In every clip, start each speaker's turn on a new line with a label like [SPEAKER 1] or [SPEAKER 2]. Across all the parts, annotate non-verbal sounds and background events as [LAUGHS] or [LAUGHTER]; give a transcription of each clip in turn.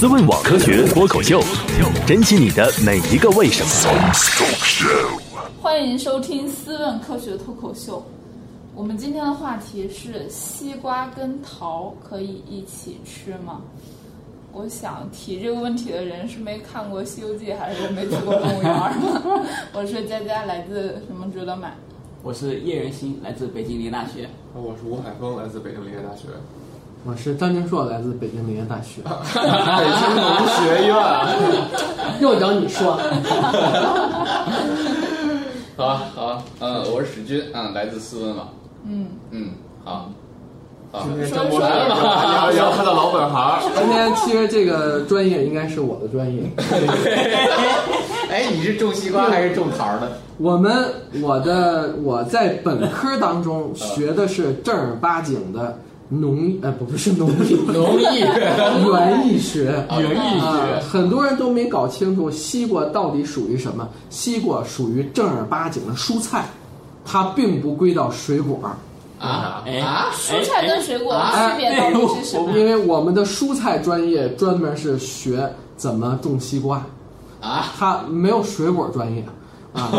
[SPEAKER 1] 思问网科学脱口秀，珍惜你的每一个为什么。
[SPEAKER 2] 欢迎收听《思问科学脱口秀》。我们今天的话题是：西瓜跟桃可以一起吃吗？我想提这个问题的人是没看过《西游记》，还是没去过动物园
[SPEAKER 3] [LAUGHS]
[SPEAKER 2] 儿？我是佳佳，来自什么值得
[SPEAKER 3] 哎
[SPEAKER 2] 买？
[SPEAKER 4] 我是叶仁新，来自北京林业大学。
[SPEAKER 5] 我是吴海峰，来自北京林业大学，
[SPEAKER 6] 我啊是张金硕，来自北京林业大学。
[SPEAKER 5] 北京农学院。
[SPEAKER 6] 啊
[SPEAKER 5] 啊
[SPEAKER 6] [LAUGHS] 又找你
[SPEAKER 5] [LAUGHS]
[SPEAKER 6] 说，
[SPEAKER 3] 好啊，好啊，
[SPEAKER 5] 呃
[SPEAKER 3] 嗯，我是史军，嗯，来自斯文网，
[SPEAKER 2] 嗯，
[SPEAKER 3] 嗯，好，好，
[SPEAKER 5] 今天
[SPEAKER 2] 说
[SPEAKER 5] 张博士要聊聊他的老本行。
[SPEAKER 6] 今天其实这个专业应该是我的专业。
[SPEAKER 3] [LAUGHS] 哎，你是种西瓜还是种桃的？
[SPEAKER 6] 我们我的我在本科当中学的是正儿八经的农，呃，不不是农艺，
[SPEAKER 3] 农艺，
[SPEAKER 4] 哎
[SPEAKER 6] 园艺学。
[SPEAKER 3] 园艺
[SPEAKER 6] 啊，
[SPEAKER 3] 学，
[SPEAKER 6] 很多人都没搞清楚西瓜到底属于什么。西瓜属于正儿八经的蔬菜，它并不归到水果儿。
[SPEAKER 3] 啊
[SPEAKER 4] 哎
[SPEAKER 3] 啊，
[SPEAKER 2] 蔬菜跟水果的
[SPEAKER 3] 哎
[SPEAKER 2] 区别到底是什么？
[SPEAKER 6] 因为啊我们的蔬菜专业专门是学怎么种西瓜，
[SPEAKER 3] 啊，
[SPEAKER 6] 它没有水果专业啊。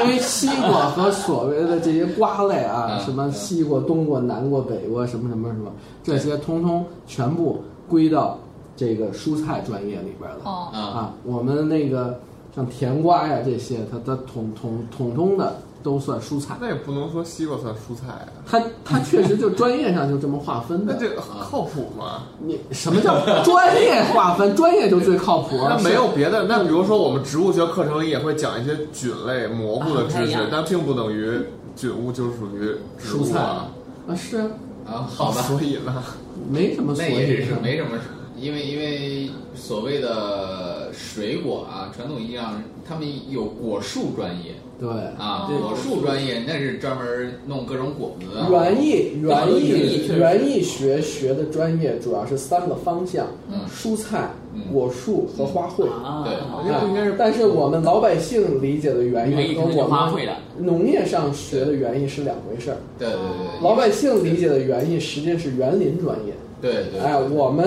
[SPEAKER 6] 因为西瓜和所谓的这些瓜类啊，
[SPEAKER 3] 嗯
[SPEAKER 6] 什么西瓜、冬瓜、南瓜、北瓜，什么什么什么，这些通通全部归到这个蔬菜专业里边了。
[SPEAKER 2] 哦，
[SPEAKER 3] 啊，
[SPEAKER 6] 啊，我们那个像甜瓜呀这些，它它统统统统的都算蔬菜。
[SPEAKER 5] 那也不能说西瓜算蔬菜啊，
[SPEAKER 6] 它它确实就专业上就这么划分
[SPEAKER 5] 那
[SPEAKER 6] 的。
[SPEAKER 5] 这靠谱吗？
[SPEAKER 6] 你什么叫专业划分？专业就最靠谱。啊
[SPEAKER 5] 那啊没有别的，那比如说我们植物学课程里也会讲一些菌类、蘑菇的知
[SPEAKER 4] 啊不太一
[SPEAKER 5] 识
[SPEAKER 4] 样，
[SPEAKER 5] 但并不等于菌物就属于植物啊。
[SPEAKER 6] 啊，是啊
[SPEAKER 3] 啊，好吧，
[SPEAKER 5] 所以呢，
[SPEAKER 6] 没什么所
[SPEAKER 3] 那
[SPEAKER 6] 以
[SPEAKER 3] 也
[SPEAKER 6] 的
[SPEAKER 3] 是没什么，因为因为所谓的水果啊，传统意义上他们有果树专业
[SPEAKER 6] 对。
[SPEAKER 3] 啊，
[SPEAKER 2] 对
[SPEAKER 3] 果树专业那是专门弄各种果子啊，
[SPEAKER 6] 园艺、园
[SPEAKER 4] 园
[SPEAKER 6] 艺
[SPEAKER 4] 艺、确实
[SPEAKER 6] 园艺学学的专业主要是三个方向：
[SPEAKER 3] 嗯
[SPEAKER 6] 蔬菜
[SPEAKER 3] 嗯、
[SPEAKER 6] 果树和花卉。
[SPEAKER 4] 啊，
[SPEAKER 3] 对
[SPEAKER 6] 啊
[SPEAKER 5] 那不应该是
[SPEAKER 6] 但是我们老百姓理解的园
[SPEAKER 4] 园艺
[SPEAKER 6] 艺
[SPEAKER 4] 可
[SPEAKER 6] 和
[SPEAKER 4] 能就
[SPEAKER 6] 我
[SPEAKER 4] 花卉
[SPEAKER 6] 们
[SPEAKER 4] 了。
[SPEAKER 6] 农业上学的园艺是两回事儿。
[SPEAKER 3] 对对对，
[SPEAKER 6] 老百姓理解的园艺实际上是园林专业，
[SPEAKER 3] 对对对，
[SPEAKER 6] 哎，我们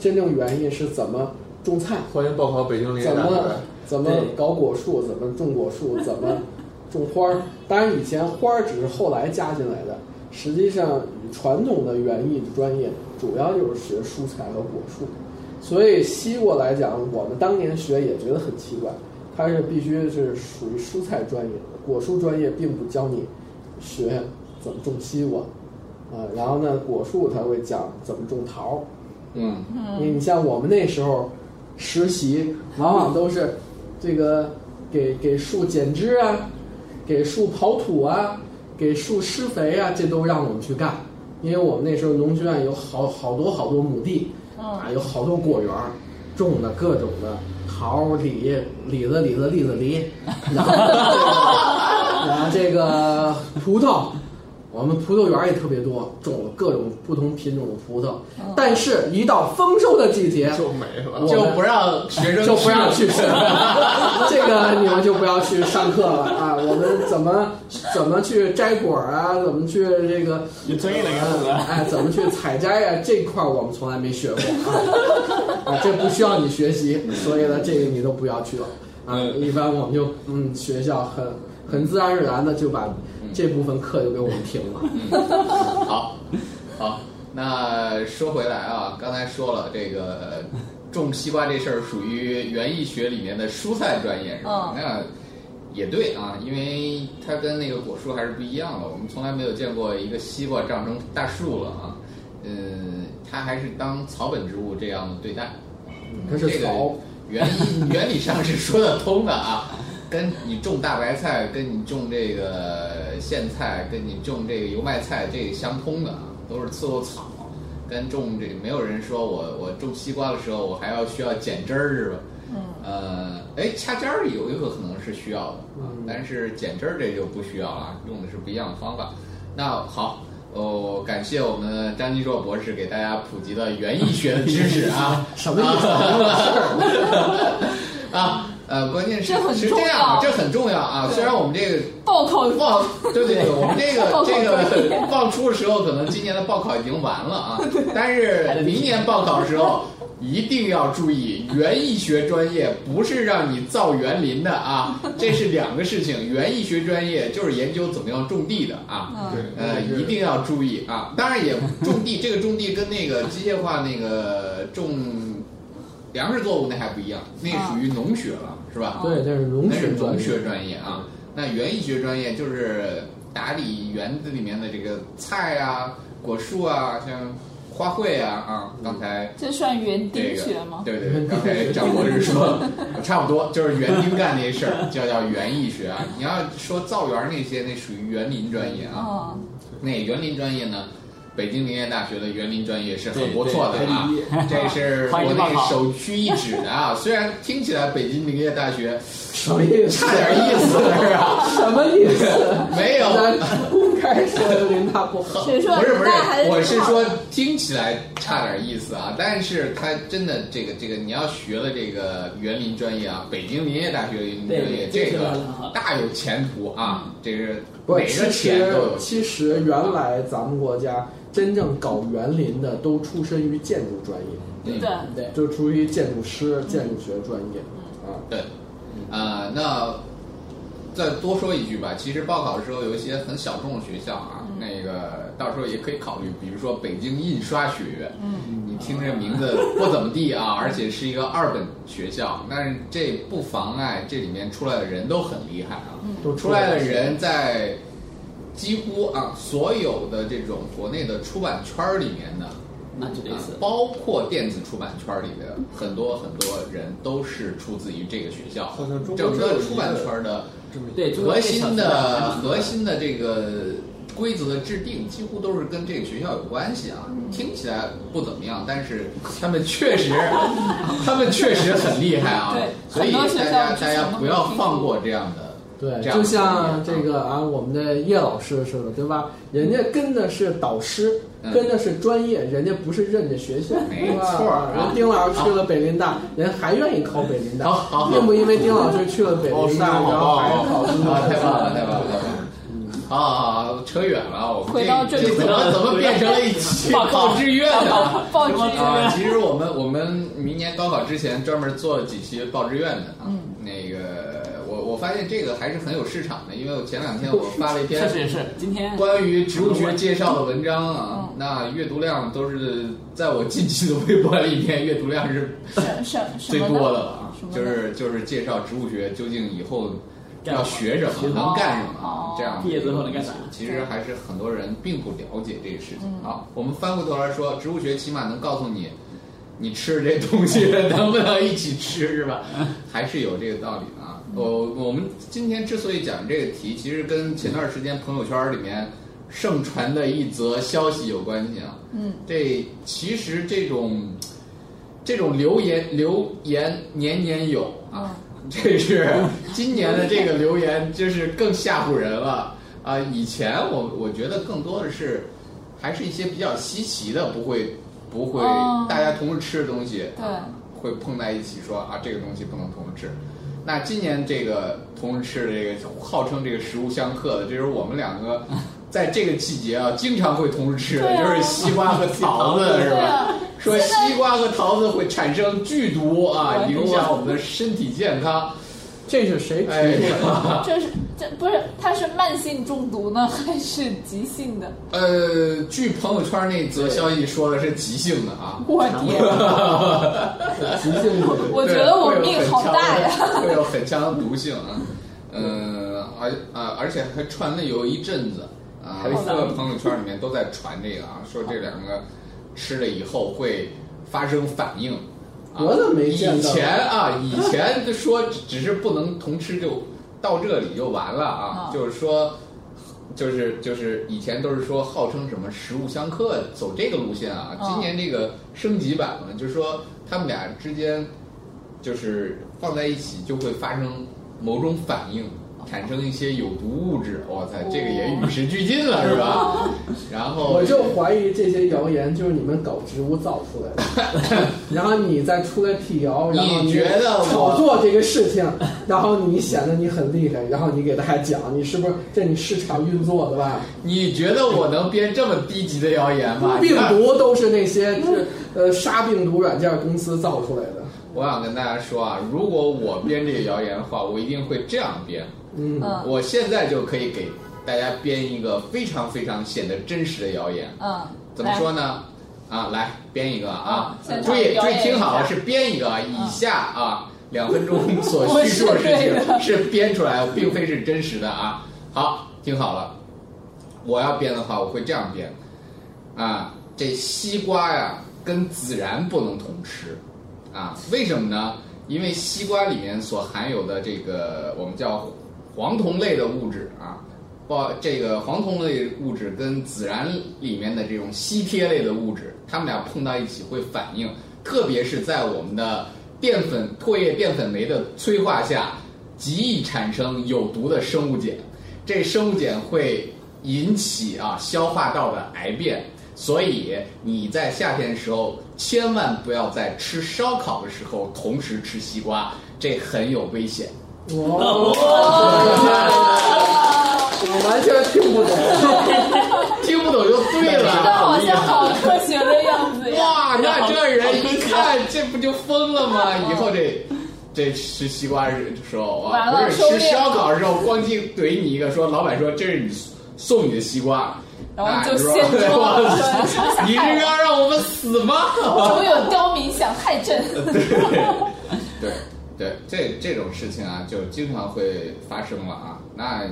[SPEAKER 6] 真正园艺是怎么种菜，
[SPEAKER 5] 欢迎报考北京林业
[SPEAKER 6] 怎
[SPEAKER 5] 大学。
[SPEAKER 6] 么怎么
[SPEAKER 4] 对
[SPEAKER 6] 搞果树，怎么种果
[SPEAKER 3] [LAUGHS]
[SPEAKER 6] 树，怎么种花儿。当然，以前花儿只是后来加进来的，实际上传统的园艺专业主要就是学蔬菜和果树。所以西瓜来讲，我们当年学也觉得很奇怪，它是必须是属于蔬菜专业的，果树专业并不教你学怎么种西瓜，啊、然后呢，果树它会讲怎么种桃儿，
[SPEAKER 3] 嗯，
[SPEAKER 6] 你你像我们那时候实习，往往都是这个给给树剪枝啊，给树刨土啊，给树施肥啊，这都让我们去干。因为我们那时候农学院有好好多好多亩地，啊，有好多果园儿，种的各种的桃、李、李子、李子、 [LAUGHS] 栗子、梨，然后然后这个葡萄，我们葡萄园儿也特别多，种了各种不同品种的葡萄。但是，一到丰收的季节，
[SPEAKER 5] 就没了？
[SPEAKER 6] 我
[SPEAKER 3] 就
[SPEAKER 6] 们
[SPEAKER 3] 不让学生
[SPEAKER 6] 就不让去吃
[SPEAKER 3] 吃，
[SPEAKER 6] 这个你们就不要去上课了啊！我们怎么怎么去摘果儿啊？怎么去这个？
[SPEAKER 4] 你专业的干什么？
[SPEAKER 6] 哎，怎么去采摘呀、这块儿我们从来没学过啊，啊，这不需要你学习，所以呢，这个你都不要去了啊。
[SPEAKER 3] 嗯
[SPEAKER 6] 一般我们就嗯，学校很很自然而然的就把这部分课就给我们停了。
[SPEAKER 3] 好，好，那说回来啊，刚才说了这个种西瓜这事儿属于园艺学里面的蔬菜专业是吧？
[SPEAKER 2] 嗯
[SPEAKER 3] 那也对啊，因为它跟那个果树还是不一样的。我们从来没有见过一个西瓜长成大树了啊，嗯，它还是当草本植物这样的对待。
[SPEAKER 6] 它是草，
[SPEAKER 3] 哦嗯 [LAUGHS] 原理原理上是说得通的啊。跟你种大白菜，跟你种这个苋菜，跟你种这个油麦菜，这个相通的啊，都是伺候草。跟种这没有人说我我种西瓜的时候，我还要需要剪枝儿是吧？
[SPEAKER 2] 嗯，
[SPEAKER 3] 呃，哎，掐尖儿有一个可能是需要的啊，
[SPEAKER 2] 嗯
[SPEAKER 3] 但是剪枝儿这就不需要了，用的是不一样的方法。那好，哦，感谢我们张金硕博士给大家普
[SPEAKER 2] [LAUGHS]
[SPEAKER 3] 及的园艺学的知识啊，
[SPEAKER 6] 什么意思？
[SPEAKER 3] [LAUGHS] 啊，呃，关键是
[SPEAKER 2] 这很
[SPEAKER 3] 是
[SPEAKER 2] 重
[SPEAKER 3] 这样啊，
[SPEAKER 2] 要
[SPEAKER 3] 这很重要啊。
[SPEAKER 2] 对
[SPEAKER 3] 虽然我们这个
[SPEAKER 2] 暴口
[SPEAKER 3] 报，对对对，我们这
[SPEAKER 2] 报考
[SPEAKER 3] 个这
[SPEAKER 2] 作
[SPEAKER 3] 个
[SPEAKER 2] 业
[SPEAKER 3] 报出的时候，可能今年的报考已经完了啊，但是明年报考的时候一定要注意，园艺学专业不是让你造园林的啊，这是两个事情。园艺学专业就是研究怎么样种地的啊。
[SPEAKER 2] 嗯，
[SPEAKER 5] 对，
[SPEAKER 3] 呃，一定要注意啊！当然也种地，这个种地跟那个机械化那个种粮食作物那还不一样，那属于农学了，是吧？
[SPEAKER 6] 对，这是农
[SPEAKER 3] 那是
[SPEAKER 6] 学专
[SPEAKER 3] 农
[SPEAKER 6] 业。
[SPEAKER 3] 学专业啊。那园艺学专业就是打理园子里面的这个菜啊、果树啊，像花卉啊啊。刚
[SPEAKER 4] 嗯
[SPEAKER 3] 才
[SPEAKER 2] 这算园
[SPEAKER 3] 这
[SPEAKER 2] 丁
[SPEAKER 3] 个
[SPEAKER 2] 学吗？
[SPEAKER 3] 对对对，刚才张博士说
[SPEAKER 4] [LAUGHS]
[SPEAKER 3] 差不多，就是园丁干那事儿，叫叫园艺学啊。你要说造园儿那些，那属于园林专业
[SPEAKER 4] 哦
[SPEAKER 3] 啊。
[SPEAKER 2] 嗯，
[SPEAKER 3] 那园林专业呢，北京林业大学的园林专业是
[SPEAKER 4] 对
[SPEAKER 3] 很不错的啊，这是
[SPEAKER 4] [LAUGHS] 欢
[SPEAKER 3] 国
[SPEAKER 4] 迎报
[SPEAKER 3] 内
[SPEAKER 4] 考
[SPEAKER 3] 首屈一指的啊。虽然听起来北京林业大学
[SPEAKER 6] 什么意思
[SPEAKER 3] 差？点意思
[SPEAKER 4] [LAUGHS]
[SPEAKER 3] 是吧？
[SPEAKER 6] 什么意思？
[SPEAKER 3] 没有，
[SPEAKER 6] 咱公开说林大不好。
[SPEAKER 2] 谁说
[SPEAKER 3] 不是不是
[SPEAKER 2] 那还，
[SPEAKER 3] 我是
[SPEAKER 2] 挺好
[SPEAKER 3] 说听起来差点意思啊，但是它真的这个这个，你要学了这个园林专业啊，北京林业大学园林专业
[SPEAKER 4] 对
[SPEAKER 3] 这
[SPEAKER 4] 这个
[SPEAKER 3] 个
[SPEAKER 4] 很好
[SPEAKER 3] 大有前途啊，这是 [LAUGHS]
[SPEAKER 6] 不是，
[SPEAKER 3] 每
[SPEAKER 6] 其
[SPEAKER 3] 个钱都
[SPEAKER 6] 实
[SPEAKER 3] 有。
[SPEAKER 6] 其实原来咱们国家真正搞园林的都出身于建筑专业，
[SPEAKER 2] 对
[SPEAKER 3] 嗯
[SPEAKER 4] 对，
[SPEAKER 6] 就出于建筑师、建筑学专业啊。
[SPEAKER 3] 对，呃，那再多说一句吧，其实报考的时候有一些很小众的学校啊，那个到时候也可以考虑，比如说北京印刷学院，嗯，你听这名字不怎么地啊，而且是一个二本学校，但是这不妨碍这里面出来的人都很厉害啊，
[SPEAKER 6] 都
[SPEAKER 3] 出来的人在几乎啊所有的这种国内的出版圈儿里面呢。
[SPEAKER 4] 那就得
[SPEAKER 3] 啊
[SPEAKER 4] 死。
[SPEAKER 3] 包括电子出版圈里的很多很多人都是出自于这个学校
[SPEAKER 5] 好像中国，
[SPEAKER 3] 整
[SPEAKER 5] 只有一
[SPEAKER 3] 个
[SPEAKER 5] 个
[SPEAKER 3] 出版圈的
[SPEAKER 5] 这么一
[SPEAKER 4] 对，中国
[SPEAKER 3] 核
[SPEAKER 4] 这小
[SPEAKER 3] 心
[SPEAKER 4] 时代还
[SPEAKER 3] 的
[SPEAKER 4] 蛮
[SPEAKER 3] 核心的这个规则制定几乎都是跟这个学校有关系啊。
[SPEAKER 2] 嗯
[SPEAKER 3] 听起来不怎么样，但是他们确实， [LAUGHS] 他们确实很厉害啊。
[SPEAKER 2] 对
[SPEAKER 3] 所以
[SPEAKER 2] 很多学
[SPEAKER 3] 大
[SPEAKER 2] 校
[SPEAKER 3] 家
[SPEAKER 2] 之
[SPEAKER 3] 大
[SPEAKER 2] 前
[SPEAKER 3] 家
[SPEAKER 2] 都
[SPEAKER 3] 不
[SPEAKER 2] 没
[SPEAKER 3] 要
[SPEAKER 2] 听
[SPEAKER 3] 放
[SPEAKER 2] 过
[SPEAKER 3] 过这样的。
[SPEAKER 6] 对，
[SPEAKER 3] 这样
[SPEAKER 6] 就
[SPEAKER 3] 的
[SPEAKER 6] 像
[SPEAKER 3] 专
[SPEAKER 6] 这
[SPEAKER 3] 业啊
[SPEAKER 6] 个啊，我们的叶老师似的，对吧？人家跟的是导师，
[SPEAKER 3] 嗯
[SPEAKER 6] 跟的是专业，人家不是认着学校，
[SPEAKER 3] 没
[SPEAKER 6] 对吧
[SPEAKER 3] 错儿
[SPEAKER 6] 啊
[SPEAKER 3] 啊
[SPEAKER 6] 人家丁老师去了北林大，人还愿意考北林大
[SPEAKER 3] 好好，哦好
[SPEAKER 6] 并不因为丁老师去了北林大，然后还考中
[SPEAKER 3] [LAUGHS] 啊，太棒
[SPEAKER 6] 大
[SPEAKER 3] 了，太棒了，太棒了！好好好，扯远了，我们
[SPEAKER 2] 回到
[SPEAKER 3] 这
[SPEAKER 2] 正
[SPEAKER 3] 这
[SPEAKER 2] 题
[SPEAKER 3] 怎么怎么变成了一
[SPEAKER 2] [LAUGHS]
[SPEAKER 3] 期
[SPEAKER 4] 报告
[SPEAKER 3] 报志愿呢？
[SPEAKER 2] 报志愿
[SPEAKER 3] 啊，其实我们我们明年高考之前专门做了几期报志愿的啊。
[SPEAKER 2] 嗯
[SPEAKER 3] 那个我我发现这个还是很有市场的，因为我前两天我发了一篇
[SPEAKER 4] [LAUGHS] 确实也是，今天
[SPEAKER 3] 关于植物学介绍的文章
[SPEAKER 2] 嗯
[SPEAKER 3] 啊，那阅读量都是在我近期的微博里面阅读量是
[SPEAKER 2] 什什什
[SPEAKER 3] 最
[SPEAKER 2] 么
[SPEAKER 3] 多的
[SPEAKER 2] 的
[SPEAKER 3] 了啊
[SPEAKER 2] 什，么
[SPEAKER 3] 就
[SPEAKER 2] 的
[SPEAKER 3] 是就是介绍植物学究竟以后
[SPEAKER 4] 干
[SPEAKER 3] 要
[SPEAKER 4] 什么
[SPEAKER 3] 学什么，
[SPEAKER 4] 学
[SPEAKER 3] 能干什
[SPEAKER 2] 哦
[SPEAKER 3] 么，这样
[SPEAKER 4] 毕业之后能干啥
[SPEAKER 3] 其实还是很多人并不了解这个事情啊。我们翻过头来说，植物学起码能告诉你，你吃这东西能不能一起吃，是吧？还是有这个道理的啊。我我们今天之所以讲这个题，其实跟前段时间朋友圈里面盛传的一则消息有关系啊。
[SPEAKER 2] 嗯，
[SPEAKER 3] 这其实这种这种留言留言年年有
[SPEAKER 2] 嗯
[SPEAKER 3] 啊， [LAUGHS] 这是今年的这个留言，就是更吓唬人了啊！以前我我觉得更多的是还是一些比较稀奇的，不会不会
[SPEAKER 2] 哦
[SPEAKER 3] 大家同时吃的东西，
[SPEAKER 2] 对
[SPEAKER 3] 啊会碰在一起说啊这个东西不能同时吃。那今年这个同时吃的这个号称这个食物相克的，这是我们两
[SPEAKER 2] [LAUGHS]
[SPEAKER 3] 个在这个季节啊经常会同时吃的，
[SPEAKER 2] 对啊
[SPEAKER 3] 就是西瓜和桃子，是
[SPEAKER 2] 对
[SPEAKER 3] 吧？
[SPEAKER 2] 啊，
[SPEAKER 3] 说西瓜和桃子会产生剧毒啊，
[SPEAKER 2] 对
[SPEAKER 3] 影响我们的身体健康。
[SPEAKER 6] 这是谁提
[SPEAKER 3] 哎
[SPEAKER 6] 出来的？，
[SPEAKER 2] 这啊是这不是它是慢性中毒呢，还是急性的？
[SPEAKER 3] 呃，据朋友圈那则消息说的是急性的啊，
[SPEAKER 2] 我天，
[SPEAKER 6] 急性子。
[SPEAKER 2] 我觉得我命好大呀！
[SPEAKER 3] 对啊会有很强的毒性啊。呃，而啊，而且还传了有一阵子啊，
[SPEAKER 4] 还有
[SPEAKER 3] 所有朋友圈里面都在传这个啊，说这两个吃了以后会发生反应。啊
[SPEAKER 6] 我怎么没见
[SPEAKER 3] 以
[SPEAKER 6] 到
[SPEAKER 3] 前啊，以前就说只是不能同吃就到这里就完了啊，
[SPEAKER 2] 啊
[SPEAKER 3] 就是说。就是就是以前都是说号称什么食物相克走这个路线啊，
[SPEAKER 2] 哦
[SPEAKER 3] 今年这个升级版了，就是说他们俩之间就是放在一起就会发生某种反应
[SPEAKER 6] 哦
[SPEAKER 3] 产生一些有毒物质，哇塞，这个也与时俱
[SPEAKER 6] [LAUGHS]
[SPEAKER 3] 进了，是吧？然后
[SPEAKER 6] 我就怀疑这些谣言就是你们搞植物造出来
[SPEAKER 3] [LAUGHS]
[SPEAKER 6] 的，然后你再出来辟谣，然后
[SPEAKER 3] 你觉得我
[SPEAKER 6] 炒作这个事情，然后你显得你很厉害，然后你给大家讲，你是不是这你市场运作的吧？
[SPEAKER 3] 你觉得我能编这么低级的谣言吗？
[SPEAKER 6] 病毒都是那些是呃杀病毒软件公司造出来的，
[SPEAKER 3] 我想跟大家说啊，如果我编这个谣言的话，我一定会这样编。
[SPEAKER 6] 嗯，
[SPEAKER 2] 嗯
[SPEAKER 3] 我现在就可以给大家编一个非常非常显得真实的谣言。
[SPEAKER 2] 嗯，
[SPEAKER 3] 怎么说呢？啊，来编一个
[SPEAKER 2] 啊
[SPEAKER 3] 啊
[SPEAKER 2] 现！场
[SPEAKER 3] 注意
[SPEAKER 2] 表
[SPEAKER 3] 注意
[SPEAKER 2] 演一
[SPEAKER 3] 听好
[SPEAKER 2] 下
[SPEAKER 3] 了，是编一个啊。以下
[SPEAKER 2] [LAUGHS]
[SPEAKER 3] 啊两分钟所
[SPEAKER 2] 我
[SPEAKER 3] 叙
[SPEAKER 2] 是
[SPEAKER 3] 述的事
[SPEAKER 2] 对的
[SPEAKER 3] 情是编出来的，并非是真实的啊。好，听好了，我要编的话，我会这样编啊。这西瓜呀，跟孜然不能同吃啊？为什么呢？因为西瓜里面所含有的这个我们叫黄酮类的物质啊，包这个黄酮类物质跟孜然里面的这种烯萜类的物质，它们俩碰到一起会反应，特别是在我们的淀粉唾液淀粉酶的催化下，极易产生有毒的生物碱。这生物碱会引起啊消化道的癌变，所以你在夏天的时候千万不要在吃烧烤的时候同时吃西瓜，这很有危险。
[SPEAKER 6] 哇，
[SPEAKER 3] [LAUGHS]
[SPEAKER 6] 我完全听不懂，
[SPEAKER 3] 听不懂就对
[SPEAKER 2] 但
[SPEAKER 3] 了。
[SPEAKER 2] 好像好科学的样子呀。
[SPEAKER 3] 哇，那这人一看，
[SPEAKER 2] [LAUGHS]
[SPEAKER 3] 这不就疯了吗？以后这这吃西瓜的时候
[SPEAKER 2] 完
[SPEAKER 3] 啊，
[SPEAKER 2] 了
[SPEAKER 3] 不是
[SPEAKER 2] 收
[SPEAKER 3] 吃
[SPEAKER 2] 敛
[SPEAKER 3] 烧烤的时候，咣叽怼你一个，说老板说这是你送你的西瓜，
[SPEAKER 2] 然后就
[SPEAKER 3] 哎
[SPEAKER 2] 掀
[SPEAKER 3] [LAUGHS]
[SPEAKER 2] 桌
[SPEAKER 3] 哇
[SPEAKER 2] 了，说是不是想
[SPEAKER 3] 你这
[SPEAKER 2] 害
[SPEAKER 3] 是
[SPEAKER 2] 我？
[SPEAKER 3] 要让我们死吗？
[SPEAKER 2] 总有刁民想害朕。
[SPEAKER 3] 对对，这这种事情啊，就经常会发生了啊。那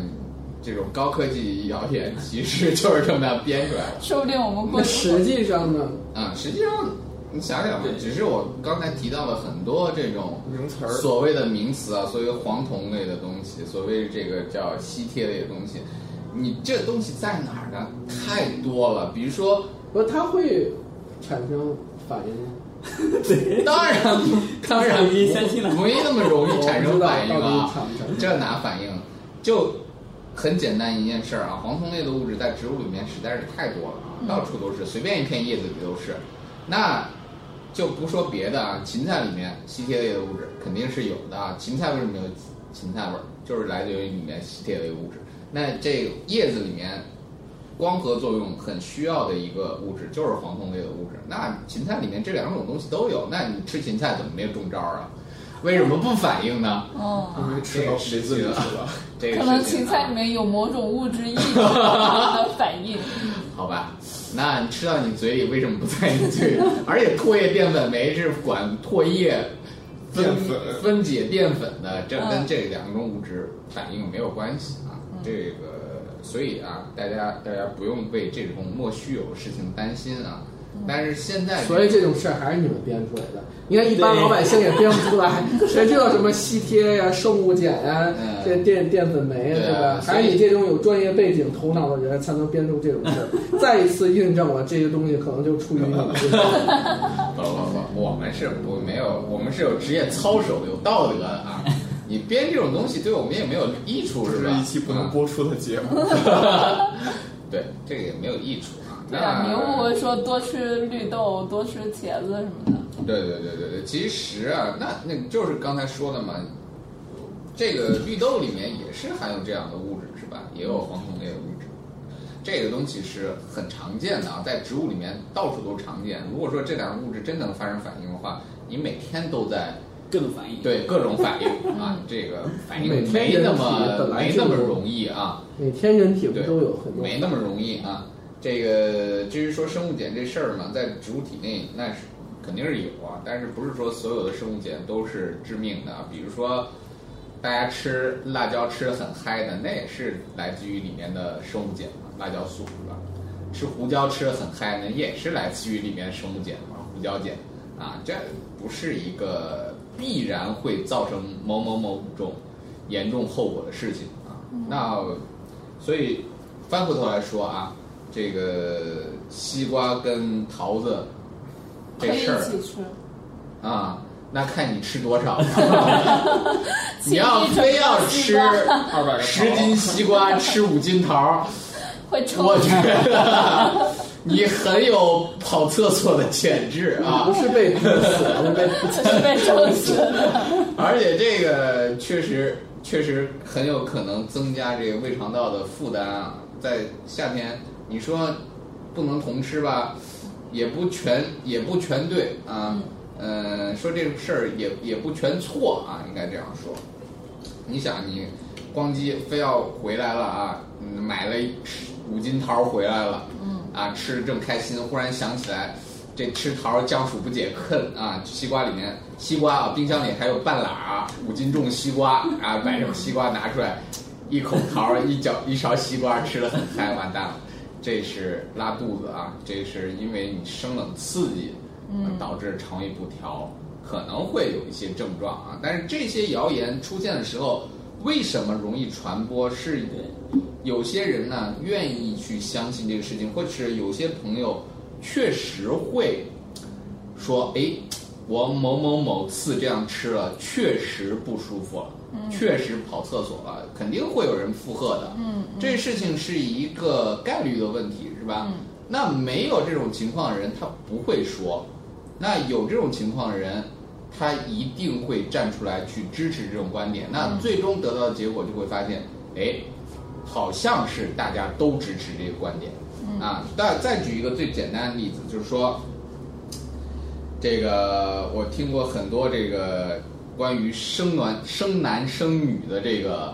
[SPEAKER 3] 这种高科技谣言其实就是这么样编出来
[SPEAKER 2] [LAUGHS]
[SPEAKER 3] 的。
[SPEAKER 2] 说不定我们过
[SPEAKER 6] 那实际上呢？
[SPEAKER 3] 啊、实际上你想想吧，只是我刚才提到了很多这种
[SPEAKER 5] 名词儿
[SPEAKER 3] 所谓的名词啊，所谓黄酮类的东西，所谓这个叫烯萜类的东西，你这东西在哪儿呢？太多了，比如说，
[SPEAKER 6] 不，它会产生反应吗？
[SPEAKER 4] [LAUGHS]
[SPEAKER 3] 当然 [LAUGHS] 当然
[SPEAKER 4] 已经相信了
[SPEAKER 3] 没那么容易产生反应
[SPEAKER 6] 我不知道到底
[SPEAKER 3] 啊
[SPEAKER 6] 产不产生，
[SPEAKER 3] 这哪反应？就很简单一件事儿啊，黄酮类的物质在植物里面实在是太多了啊，到处都是，随便一片叶子里都是。那就不说别的啊，芹菜里面烯萜类的物质肯定是有的啊。芹菜为什么有芹菜味儿？就是来自于里面烯萜类物质。那这个叶子里面光合作用很需要的一个物质就是黄酮类的物质。那芹菜里面这两种东西都有，那你吃芹菜怎么没有中招啊？为什么不反应呢？
[SPEAKER 2] 嗯，
[SPEAKER 5] 因为吃到鼻子里去了。
[SPEAKER 3] 这个
[SPEAKER 2] 可能
[SPEAKER 3] 事情
[SPEAKER 2] 芹
[SPEAKER 3] 啊
[SPEAKER 2] 菜里面有某种物质抑
[SPEAKER 3] [LAUGHS]
[SPEAKER 2] 制的反应。
[SPEAKER 3] 好吧，那你吃到你嘴里为什么不在你嘴
[SPEAKER 2] [LAUGHS]
[SPEAKER 3] 里？而且唾液淀粉酶是管唾液分
[SPEAKER 5] 淀粉
[SPEAKER 3] 分解淀粉的，这
[SPEAKER 2] 嗯
[SPEAKER 3] 跟这两种物质反应没有关系啊。这个所以啊，大家大家不用为这种莫须有的事情担心啊。
[SPEAKER 2] 嗯
[SPEAKER 3] 但是现在
[SPEAKER 6] 所以这种事儿还是你们编出来的。你看，一般老百姓也编不出来，谁知道什么烯萜呀、生物碱呀、
[SPEAKER 3] 嗯
[SPEAKER 6] 这淀淀粉酶呀，
[SPEAKER 3] 对啊
[SPEAKER 6] 对吧？
[SPEAKER 3] 所以
[SPEAKER 6] 还是你这种有专业背景、头脑的人才能编出这种事儿。再一次印证了这些东西可能就出于你们这个。
[SPEAKER 3] [LAUGHS] 不不不，我们是不没有，我们是有职业操守、有道德的啊。你编这种东西对我们也没有益处，
[SPEAKER 5] 这
[SPEAKER 3] 是
[SPEAKER 5] 是
[SPEAKER 3] 吧？
[SPEAKER 5] 一期不能
[SPEAKER 3] 啊
[SPEAKER 5] 播出的节 [LAUGHS] 目，
[SPEAKER 3] 对，这个也没有益处啊。
[SPEAKER 2] 对啊，
[SPEAKER 3] 那
[SPEAKER 2] 你又不会说多吃绿豆、多吃茄子什么的。
[SPEAKER 3] 对对对对对，其实啊，那那就是刚才说的嘛，这个绿豆里面也是含有这样的物质，是吧？也有黄酮类的物质，这个东西是很常见的啊，在植物里面到处都常见。如果说这两个物质真能发生反应的话，你每天都在
[SPEAKER 4] 各种反应。，
[SPEAKER 3] 对各种反应啊，这个反应
[SPEAKER 6] 每天
[SPEAKER 3] 没那
[SPEAKER 6] 人体
[SPEAKER 3] 么
[SPEAKER 6] 本来
[SPEAKER 3] 没
[SPEAKER 6] 就
[SPEAKER 3] 那么容易啊。
[SPEAKER 6] 每天人体不
[SPEAKER 3] 对，
[SPEAKER 6] 都有很多？
[SPEAKER 3] 没那么容易啊。这个至于说生物碱这事儿嘛，在植物体内那是肯定是有啊，但是不是说所有的生物碱都是致命的啊？比如说大家吃辣椒吃的很嗨的，那也是来自于里面的生物碱嘛，辣椒素是吧？吃胡椒吃的很嗨呢，也是来自于里面生物碱嘛，胡椒碱啊，这不是一个必然会造成某某某种严重后果的事情啊。
[SPEAKER 2] 嗯
[SPEAKER 3] 那所以翻回头来说啊，这个西瓜跟桃子
[SPEAKER 2] 可
[SPEAKER 3] 这
[SPEAKER 2] 以
[SPEAKER 3] 事
[SPEAKER 2] 一
[SPEAKER 3] 儿
[SPEAKER 2] 起吃，
[SPEAKER 3] 啊，那看你吃
[SPEAKER 2] [LAUGHS]
[SPEAKER 3] 多少了。你要非要吃
[SPEAKER 5] 二百个
[SPEAKER 3] 十斤西瓜，吃五斤桃儿，
[SPEAKER 2] 会抽
[SPEAKER 3] [LAUGHS] 我觉得你很有跑厕所的潜质啊
[SPEAKER 6] 不！是被毒死，是被
[SPEAKER 2] [LAUGHS] 就是被抽死的。
[SPEAKER 3] 而且这个确实确实很有可能增加这个胃肠道的负担啊。在夏天，你说不能同吃吧，也不全也不全对啊。呃，说这个事儿也也不全错啊，应该这样说。你想，你光机非要回来了啊，嗯买了一五斤桃儿回来了，嗯，啊，吃得正开心，忽然想起来，这吃桃儿降暑不解渴啊，西瓜里面西瓜啊，冰箱里还有半拉五斤重西瓜啊，买点西瓜拿出来，一口桃儿，一脚一勺西瓜，吃的很嗨，完蛋了，这是拉肚子啊，这是因为你生冷刺激，嗯，导致肠胃不调，可能会有一些症状啊。但是这些谣言出现的时候，为什么容易传播？是有些人呢愿意去相信这个事情，或者是有些朋友确实会说，哎，我某某某次这样吃了，确实不舒服了，确实跑厕所了，肯定会有人附和的。嗯，这事情是一个概率的问题，是吧？那没有这种情况的人，他不会说；那有这种情况的人，他一定会站出来去支持这种观点。那最终得到的结果就会发现，哎，好像是大家都支持这个观点。
[SPEAKER 2] 嗯
[SPEAKER 3] 啊，再再举一个最简单的例子，就是说，这个我听过很多这个关于生卵、生男生女的这个，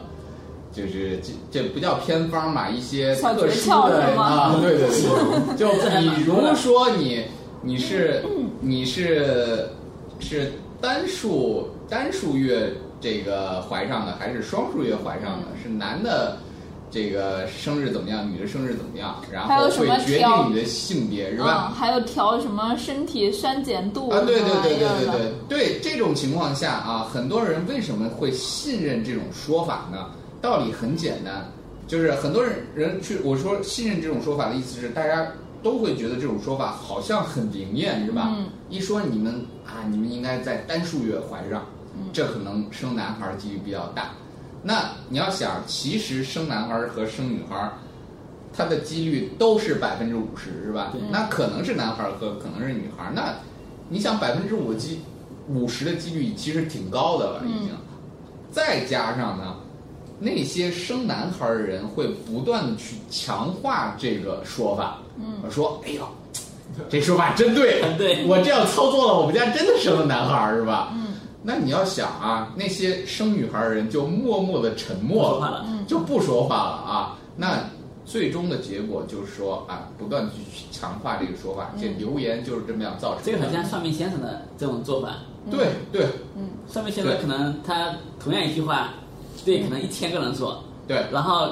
[SPEAKER 3] 就是这这不叫偏方嘛，一些
[SPEAKER 2] 小
[SPEAKER 3] 特
[SPEAKER 2] 诀
[SPEAKER 3] 殊
[SPEAKER 2] 窍
[SPEAKER 3] 的
[SPEAKER 2] 是吗
[SPEAKER 3] 啊，对对对，就比如说你你是你是是单数单数月这个怀上的，还是双数月怀上的？是男的。这个生日怎么样？女的生日怎么样？然
[SPEAKER 2] 还
[SPEAKER 3] 后
[SPEAKER 2] 有什
[SPEAKER 3] 会
[SPEAKER 2] 么
[SPEAKER 3] 决
[SPEAKER 2] 挑
[SPEAKER 3] 定你的性别，是吧？
[SPEAKER 2] 嗯，还有调什么身体酸碱度
[SPEAKER 3] 啊，对
[SPEAKER 2] 什
[SPEAKER 3] 对
[SPEAKER 2] 么玩
[SPEAKER 3] 对
[SPEAKER 2] 意儿
[SPEAKER 3] 对
[SPEAKER 2] 的
[SPEAKER 3] 对对对，这种情况下啊，很多人为什么会信任这种说法呢？道理很简单，就是很多人人去我说信任这种说法的意思是，大家都会觉得这种说法好像很灵验，是吧？
[SPEAKER 2] 嗯
[SPEAKER 3] 一说你们啊，你们应该在单数月怀上，
[SPEAKER 2] 嗯
[SPEAKER 3] 这可能生男孩儿几率比较大。那你要想，其实生男孩儿和生女孩儿它的几率都是百分之五十，是吧？那可能是男孩儿和可能是女孩儿。那你想百分之五几五十的几率其实挺高的了，已经。再加上呢，那些生男孩儿的人会不断的去强化这个说法，嗯，说哎呦，这说法真 [LAUGHS] 对，
[SPEAKER 4] 对
[SPEAKER 3] 我这样操作了，我们家真的生了男孩儿，是吧？嗯。那你要想啊，那些生女孩儿的人就默默的沉默
[SPEAKER 4] 不说话了嗯
[SPEAKER 3] 就不说话了啊。那最终的结果就是说啊，不断地去强化这个说法，这流言就是这么样造成的。
[SPEAKER 4] 嗯这个很像嗯算命先生的这种做法。
[SPEAKER 2] 嗯
[SPEAKER 3] 对对
[SPEAKER 4] 算命先生
[SPEAKER 3] 对
[SPEAKER 4] 可能他同样一句话，对可能一千个人说，
[SPEAKER 3] 对
[SPEAKER 4] 然后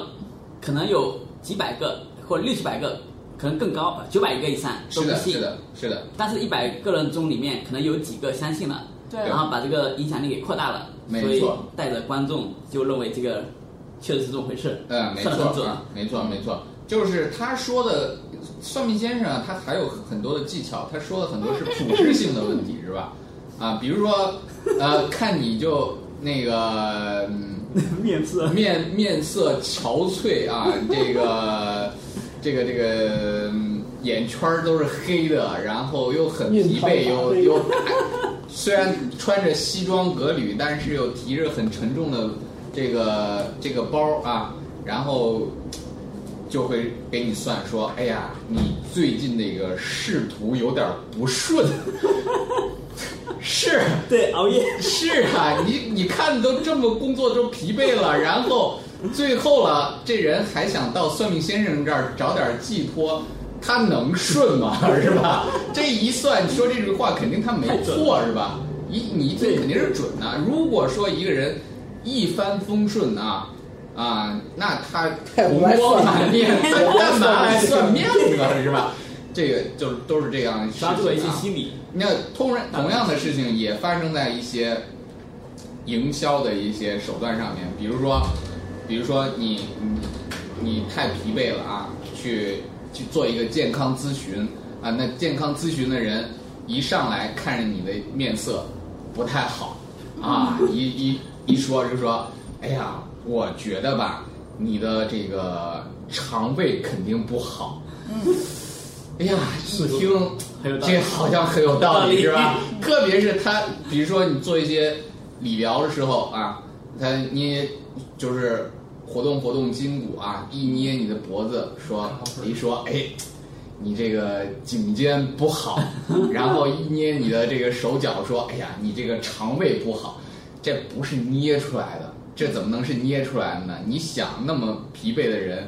[SPEAKER 4] 可能有几百个或者六七百个，可能更高，九百个以上都
[SPEAKER 3] 是
[SPEAKER 4] 不
[SPEAKER 3] 的，
[SPEAKER 4] 信。
[SPEAKER 3] 是的，是的，
[SPEAKER 4] 但是，一百个人中里面可能有几个相信了，
[SPEAKER 2] 对
[SPEAKER 4] 然后把这个影响力给扩大了，
[SPEAKER 3] 没
[SPEAKER 4] 所以
[SPEAKER 3] 错
[SPEAKER 4] 带着观众就认为这个确实是这么回事，
[SPEAKER 3] 嗯，没
[SPEAKER 4] 算得很准啊嗯
[SPEAKER 3] 错。，没错，没错，就是他说的算命先生啊，他还有很多的技巧，他说的很多是普适性的问题，是吧？啊，比如说，呃，看你就那个，嗯，
[SPEAKER 4] 面试
[SPEAKER 3] 面面色憔悴啊，
[SPEAKER 6] [LAUGHS]
[SPEAKER 3] 这个这个这个嗯眼圈儿都是黑的，然后又很疲惫，
[SPEAKER 6] 印堂发
[SPEAKER 3] 又
[SPEAKER 6] 黑
[SPEAKER 3] 又虽然穿着西装革履，但是又提着很沉重的这个这个包啊，然后就会给你算说，哎呀，你最近那个仕途有点不顺， [LAUGHS] 是。
[SPEAKER 4] 对熬夜，
[SPEAKER 3] 是啊，你你看都这么工作都疲惫了，然后最后了，这人还想到算命先生这儿找点寄托，他能顺吗？是
[SPEAKER 4] [LAUGHS]
[SPEAKER 3] 吧？这一算，你说这句话肯定他没错，是吧？你你一听肯定是准的、如果说一个人一帆风顺啊啊，那他
[SPEAKER 6] 太不
[SPEAKER 3] 红
[SPEAKER 6] 爱
[SPEAKER 3] 光
[SPEAKER 6] 算
[SPEAKER 3] 满面，他干嘛来算
[SPEAKER 6] 算
[SPEAKER 3] 命啊？是吧？这个就是都是这样的事情啊，
[SPEAKER 4] [LAUGHS] 抓住了一些心 [LAUGHS] 理，
[SPEAKER 3] 那同然同样的事情也发生在一些营销的一些手段上面，比如说，比如说你你你太疲惫了啊，去去做一个健康咨询啊，那健康咨询的人一上来看着你的面色，不太好啊。一一一说就说，哎呀，我觉得吧，你的这个肠胃肯定不好。哎呀，一听
[SPEAKER 4] 很有道理
[SPEAKER 3] 这好像很有道理
[SPEAKER 4] 有
[SPEAKER 3] 是
[SPEAKER 4] 道
[SPEAKER 3] 吧？特别是他，比如说你做一些理疗的时候啊，他捏就是活动活动筋骨啊，一捏你的脖子，说一说，哎，你这个颈肩不 [LAUGHS] 好，然后一捏你的这个手脚，说，哎呀，你这个肠胃不好，这不是捏出来的，这怎么能是捏出来的呢？你想，那么疲惫的人，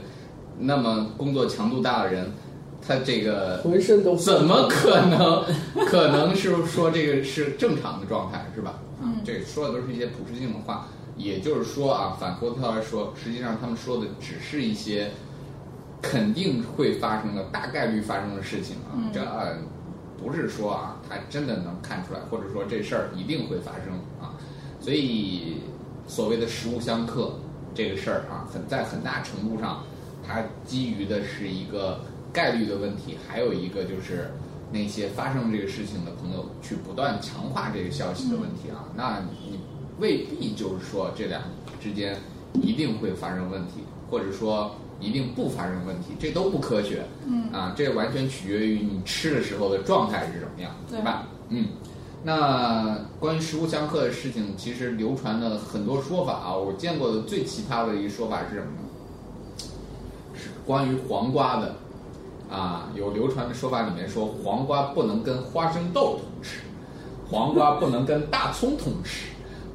[SPEAKER 3] 那么工作强度大的人，他这个
[SPEAKER 6] 浑身都
[SPEAKER 3] 怎么可能？ [LAUGHS] 可能是说这个是正常的状态，是吧？嗯，这说的都是一些普适性的话，也就是说啊，反过头来说，实际上他们说的只是一些肯定会发生的、大概率发生的事情啊，这呃不是说啊，他真的能看出来，或者说这事儿一定会发生啊，所以所谓的食物相克这个事儿啊，很在很大程度上，它基于的是一个概率的问题，还有一个就是那些发生这个事情的朋友去不断强化这个消息的问题啊，那你未必就是说这两之间一定会发生问题，或者说一定不发生问题，这都不科学。嗯啊，这完全取决于你吃的时候的状态是什么样，
[SPEAKER 2] 对
[SPEAKER 3] 对吧？嗯。那关于食物相克的事情，其实流传的很多说法啊，我见过的最奇葩的一个说法是什么呢？是关于黄瓜的，啊，有流传的说法里面说，黄瓜不能跟花生豆同吃，黄瓜不能跟大葱同吃，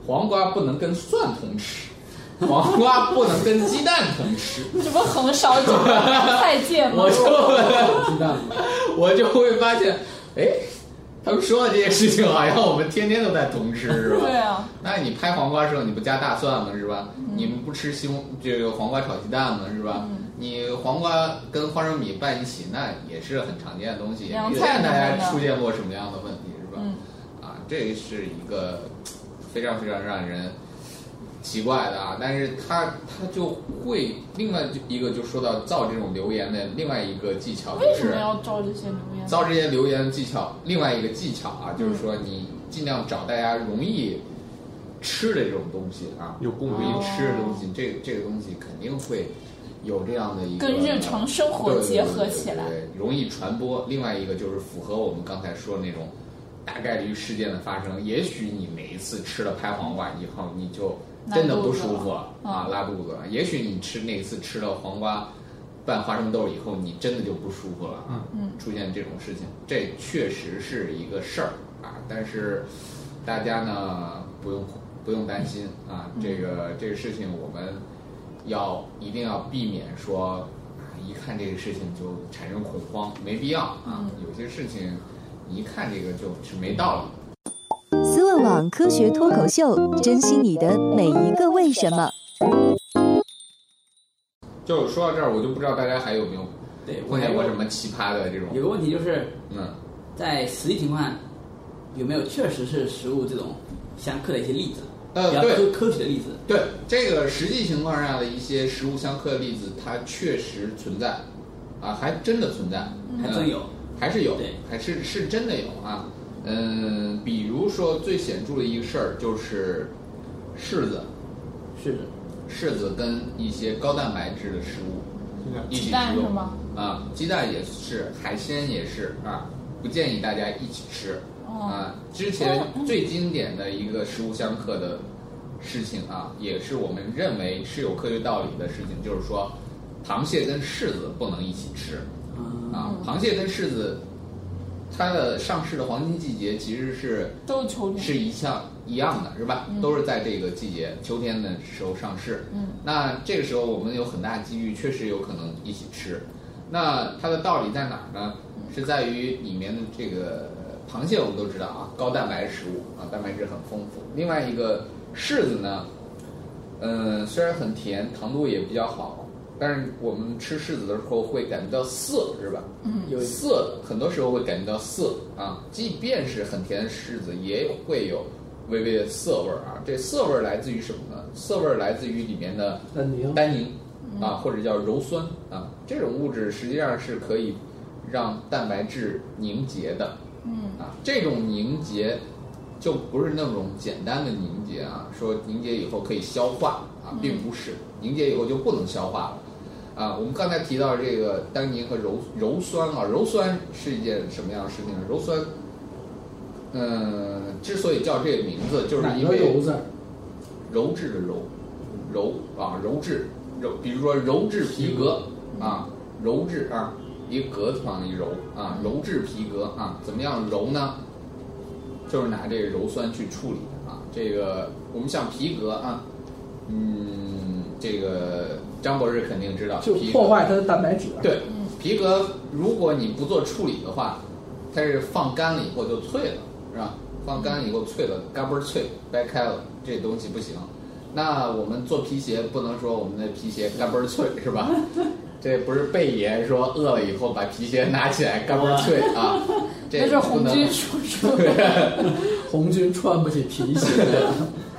[SPEAKER 3] 黄瓜不能跟蒜同吃，黄瓜不能跟鸡蛋同吃。
[SPEAKER 2] 这不横扫整个
[SPEAKER 3] [LAUGHS]
[SPEAKER 2] 菜界吗
[SPEAKER 3] 我？就
[SPEAKER 6] 鸡蛋吗？
[SPEAKER 3] 我就会发现，哎，他们说的这些事情好像我们天天都在同吃，是吧？
[SPEAKER 2] 对啊，
[SPEAKER 3] 那你拍黄瓜的时候，你不加大蒜吗？是吧？你们不吃西红这个黄瓜炒鸡蛋吗？是吧？
[SPEAKER 2] 嗯
[SPEAKER 3] 你黄瓜跟花生米拌一起，那也是很常见的东西。
[SPEAKER 2] 凉
[SPEAKER 3] 你
[SPEAKER 2] 菜
[SPEAKER 3] 看大
[SPEAKER 2] 什么
[SPEAKER 3] 家
[SPEAKER 2] 的
[SPEAKER 3] 出现过什么样的问题，是吧？
[SPEAKER 2] 嗯
[SPEAKER 3] 啊，这是一个非常非常让人奇怪的啊。但是他他就会另外一个就说到造这种留言的另外一个技巧，就
[SPEAKER 2] 为什
[SPEAKER 3] 是
[SPEAKER 2] 么要照这些留言？
[SPEAKER 3] 造这些留言的技巧，另外一个技巧啊，就是说你尽量找大家容易吃的这种东西啊，
[SPEAKER 5] 有共
[SPEAKER 3] 容
[SPEAKER 5] 鸣
[SPEAKER 3] 易吃的东
[SPEAKER 2] 哦
[SPEAKER 3] 西，这这个东西肯定会有这样的一个
[SPEAKER 2] 跟日常生活
[SPEAKER 3] 对对
[SPEAKER 2] 结合
[SPEAKER 3] 对
[SPEAKER 2] 起来
[SPEAKER 3] 对对容易传播。另外一个就是符合我们刚才说的那种大概率事件的发生，也许你每一次吃了拍黄瓜以后，你就真的不舒服了
[SPEAKER 2] 拉肚子了嗯
[SPEAKER 3] 啊，拉肚子了。也许你吃那一次吃了黄瓜拌花生豆以后，你真的就不舒服了啊，
[SPEAKER 2] 嗯
[SPEAKER 3] 出现这种事情，这确实是一个事儿啊。但是大家呢不用不用担心啊，这
[SPEAKER 4] 嗯
[SPEAKER 3] 个这个事情我们要一定要避免说。啊一看这个事情就产生恐慌，没必要啊！
[SPEAKER 4] 嗯
[SPEAKER 3] 有些事情你一看这个就是没道理。
[SPEAKER 7] 思问网科学脱口秀，珍惜你的每一个为什么。
[SPEAKER 3] 就是说到这儿，我就不知道大家还有没有
[SPEAKER 4] [LAUGHS] 嗯对，我
[SPEAKER 3] 碰见
[SPEAKER 4] 有
[SPEAKER 3] 过什么奇葩的这种，
[SPEAKER 4] 有个问题就是
[SPEAKER 3] 嗯，
[SPEAKER 4] 在实际情况下有没有确实是食物这种相克的一些例子？
[SPEAKER 3] 呃
[SPEAKER 4] 比较
[SPEAKER 3] 对
[SPEAKER 4] 科科学的例子。
[SPEAKER 3] 对这个实际情况下的一些食物相克例子，它确实存在，啊，还真的存在，
[SPEAKER 4] 还
[SPEAKER 3] 呃
[SPEAKER 4] 真有，
[SPEAKER 3] 还是有
[SPEAKER 4] 对，
[SPEAKER 3] 还是是真的有啊。嗯、比如说最显著的一个事儿就是柿子，
[SPEAKER 4] 是的，
[SPEAKER 3] 柿子跟一些高蛋白质的食物一起
[SPEAKER 2] 鸡
[SPEAKER 3] 食
[SPEAKER 2] 蛋是
[SPEAKER 3] 用
[SPEAKER 2] 吗？
[SPEAKER 3] 啊，鸡蛋也是，海鲜也是啊，不建议大家一起吃、
[SPEAKER 2] 哦
[SPEAKER 3] 啊。之前最经典的一个食物相克的事情啊，也是我们认为是有科学道理的事情，就是说，螃蟹跟柿子不能一起吃
[SPEAKER 4] 嗯，
[SPEAKER 3] 啊。螃蟹跟柿子，它的上市的黄金季节其实是
[SPEAKER 2] 都是球
[SPEAKER 3] 是
[SPEAKER 2] 天，
[SPEAKER 3] 一项一样的，是吧？都是在这个季节，秋天的时候上市。
[SPEAKER 2] 嗯，
[SPEAKER 3] 那这个时候我们有很大几率，确实有可能一起吃。那它的道理在哪儿呢？是在于里面的这个螃蟹，我们都知道啊，高蛋白食物啊，蛋白质很丰富。另外一个柿子呢，嗯，虽然很甜，糖度也比较好，但是我们吃柿子的时候会感觉到涩，是吧？
[SPEAKER 4] 有
[SPEAKER 3] 涩，很多时候会感觉到涩啊。即便是很甜的柿子，也会有微微的涩味儿啊。这涩味儿来自于什么呢？涩味儿来自于里面的
[SPEAKER 6] 丹宁
[SPEAKER 3] 单宁
[SPEAKER 6] 嗯
[SPEAKER 3] 啊，或者叫鞣酸啊，这种物质实际上是可以让蛋白质凝结的。
[SPEAKER 2] 嗯
[SPEAKER 3] 啊，这种凝结就不是那种简单的凝结啊，说凝结以后可以消化啊，
[SPEAKER 6] 嗯
[SPEAKER 3] 并不是凝结以后就不能消化了。啊，我们刚才提到这个单宁和鞣鞣酸啊，鞣酸是一件什么样的事情呢？鞣酸，嗯，之所以叫这个名字，就是
[SPEAKER 6] 哪
[SPEAKER 3] 因
[SPEAKER 6] 个
[SPEAKER 3] 为
[SPEAKER 6] 油字儿？
[SPEAKER 3] 鞣质的鞣，鞣啊，鞣质，鞣，比如说鞣质皮革
[SPEAKER 6] 嗯
[SPEAKER 3] 啊，鞣质啊，一个革字旁一鞣啊，
[SPEAKER 6] 嗯
[SPEAKER 3] 鞣质皮革啊，怎么样鞣呢？就是拿这个鞣酸去处理啊。这个我们像皮革啊，嗯，这个张博士肯定知道，
[SPEAKER 6] 就
[SPEAKER 3] 皮革
[SPEAKER 6] 破坏它的蛋白质。，
[SPEAKER 3] 对，
[SPEAKER 2] 嗯
[SPEAKER 3] 皮革如果你不做处理的话，它是放干了以后就脆了，是吧？放干了以后脆了，嘎嘣儿脆，掰开了，这东西不行。那我们做皮鞋不能说我们的皮鞋嘎嘣儿脆是吧？ [LAUGHS] 这不是贝爷说饿了以后把皮鞋拿起来嘎嘣儿脆啊，
[SPEAKER 2] [LAUGHS]
[SPEAKER 3] 这
[SPEAKER 2] 那是
[SPEAKER 3] 不
[SPEAKER 2] 红
[SPEAKER 3] 能 [LAUGHS]
[SPEAKER 2] 军叔叔。
[SPEAKER 6] 红军穿不起皮鞋，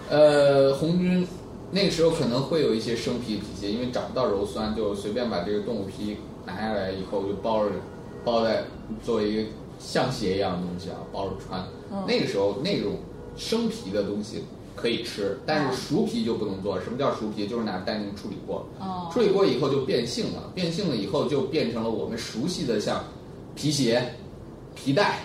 [SPEAKER 3] 呃，红军那个时候可能会有一些生皮皮鞋，因为找不到鞣酸，就随便把这个动物皮拿下来以后就包着，包在做一个像鞋一样的东西啊，包着穿。那个时候那种生皮的东西可以吃，但是熟皮就不能做。什么叫熟皮？就是拿单宁处理过，
[SPEAKER 2] 哦
[SPEAKER 3] 处理过以后就变性了，变性了以后就变成了我们熟悉的像皮鞋、皮带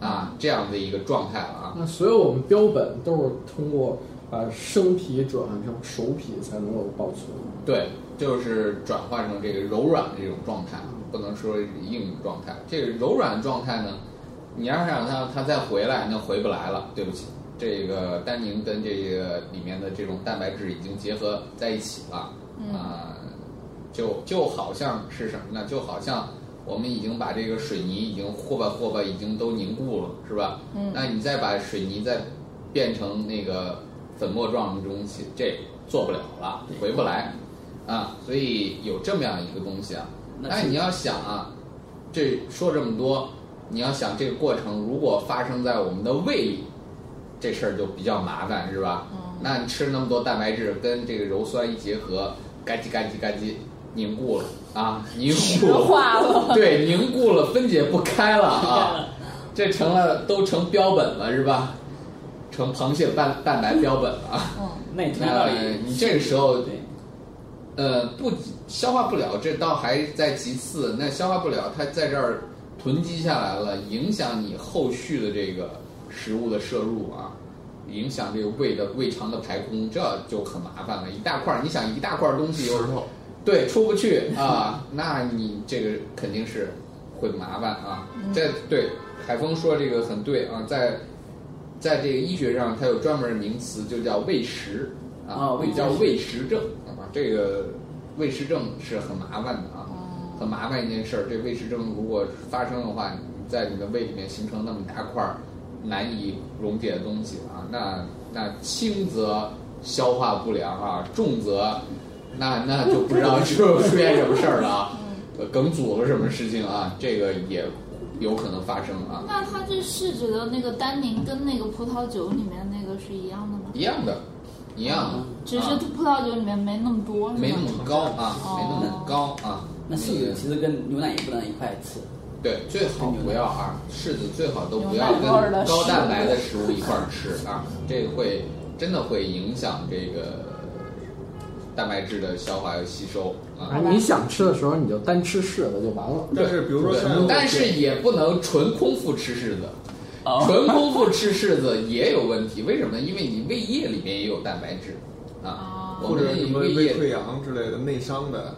[SPEAKER 3] 啊这样的一个状态了啊。
[SPEAKER 6] 那所有我们标本都是通过把生皮转换成熟皮才能够保存。
[SPEAKER 3] 对，就是转换成这个柔软的这种状态，不能说硬状态。这个柔软的状态呢，你要是让它它再回来，那回不来了。对不起，这个单宁跟这个里面的这种蛋白质已经结合在一起了啊、就就好像是什么呢？就好像我们已经把这个水泥已经和吧和吧，已经都凝固了，是吧？嗯，那你再把水泥再变成那个粉末状的东西，这做不了了，回不来啊。所以有这么样一个东西啊。
[SPEAKER 4] 那
[SPEAKER 3] 但
[SPEAKER 4] 是
[SPEAKER 3] 你要想啊，这说这么多，你要想这个过程如果发生在我们的胃里，这事儿就比较麻烦，是吧？那你吃那么多蛋白质，跟这个鞣酸一结合，嘎叽嘎叽嘎叽凝固了啊，凝固
[SPEAKER 2] 石化了，
[SPEAKER 3] 对，凝固了，分解不开了啊，这成了都成标本了是吧？成螃蟹蛋蛋白标本了啊。
[SPEAKER 4] 那你听到
[SPEAKER 3] 那
[SPEAKER 4] 里，
[SPEAKER 3] 你这个时候
[SPEAKER 4] 对，
[SPEAKER 3] 呃，不消化不了，这倒还在其次。那消化不了，它在这儿囤积下来了，影响你后续的这个食物的摄入啊，影响这个胃的胃肠的排空，这就很麻烦了。一大块，儿，你想一大块儿东西有时候对出不去啊，那你这个肯定是会麻烦啊。这对海峰说这个很对啊，在在这个医学上，它有专门的名词，就叫胃食啊
[SPEAKER 4] 啊，胃
[SPEAKER 3] 也叫
[SPEAKER 4] 食
[SPEAKER 3] 胃食症啊。这个胃食症是很麻烦的啊，很麻烦一件事儿。这胃食症如果发生的话，你在你的胃里面形成那么大块儿难以溶解的东西啊，那那轻则消化不良啊，重则那那就不知道是不是出现什么事儿了啊，呃梗阻了什么事情啊，这个也有可能发生啊。
[SPEAKER 2] 那它这是指的那个单宁跟那个葡萄酒里面那个是一样的吗？
[SPEAKER 3] 一样的，一样的，
[SPEAKER 2] 只是
[SPEAKER 3] 啊
[SPEAKER 2] 葡萄酒里面没那么多，是
[SPEAKER 3] 没那
[SPEAKER 2] 吗？
[SPEAKER 3] 么高啊，没那么高啊。
[SPEAKER 4] 那柿子
[SPEAKER 3] 个
[SPEAKER 4] 其实跟牛奶也不能一块吃，
[SPEAKER 3] 对，最好不要啊，柿子最好都不要
[SPEAKER 2] 有奶味儿
[SPEAKER 3] 跟
[SPEAKER 2] 的
[SPEAKER 3] 高蛋白的食物一块儿吃啊，这个会真的会影响这个蛋白质的消化和吸收啊
[SPEAKER 6] 啊。，你想吃的时候你就单吃柿子就完了。
[SPEAKER 5] 但是比如说
[SPEAKER 3] 对
[SPEAKER 5] 现在我，
[SPEAKER 3] 但是也不能纯空腹吃柿子，
[SPEAKER 4] 哦
[SPEAKER 3] 纯空腹吃柿子也有问题。为什么呢？因为你胃液里面也有蛋白质啊，我
[SPEAKER 5] 或
[SPEAKER 3] 们
[SPEAKER 5] 者什么
[SPEAKER 3] 胃
[SPEAKER 5] 胃
[SPEAKER 3] 液
[SPEAKER 5] 溃疡之类的内伤的，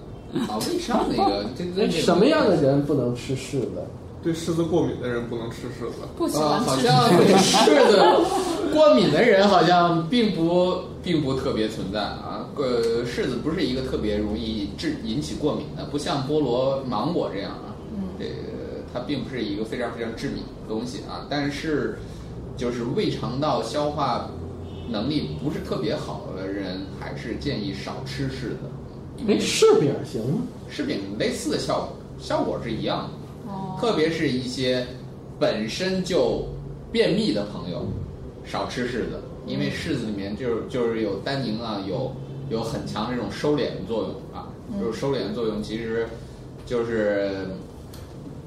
[SPEAKER 3] 啊，胃上那个这跟这个
[SPEAKER 6] 什么样的人不能吃柿子？
[SPEAKER 5] 对柿子过敏的人不能吃柿子。
[SPEAKER 2] 不喜
[SPEAKER 3] 啊，
[SPEAKER 2] 欢
[SPEAKER 3] 好
[SPEAKER 2] 吃
[SPEAKER 3] 像对柿子过敏的人好像并不并不特别存在啊。呃，柿子不是一个特别容易致引起过敏的，不像菠萝、芒果这样啊。
[SPEAKER 2] 嗯
[SPEAKER 3] 这个它并不是一个非常非常致敏的东西啊，但是就是胃肠道消化能力不是特别好的人，还是建议少吃柿子。因为
[SPEAKER 6] 哎，柿饼行吗？
[SPEAKER 3] 柿饼类似的效果，效果是一样的。
[SPEAKER 2] 哦，
[SPEAKER 3] 特别是一些本身就便秘的朋友，少吃柿子，因为柿子里面就是就是有单宁啊，有有很强这种收敛的作用啊，就是收敛的作用，其实就是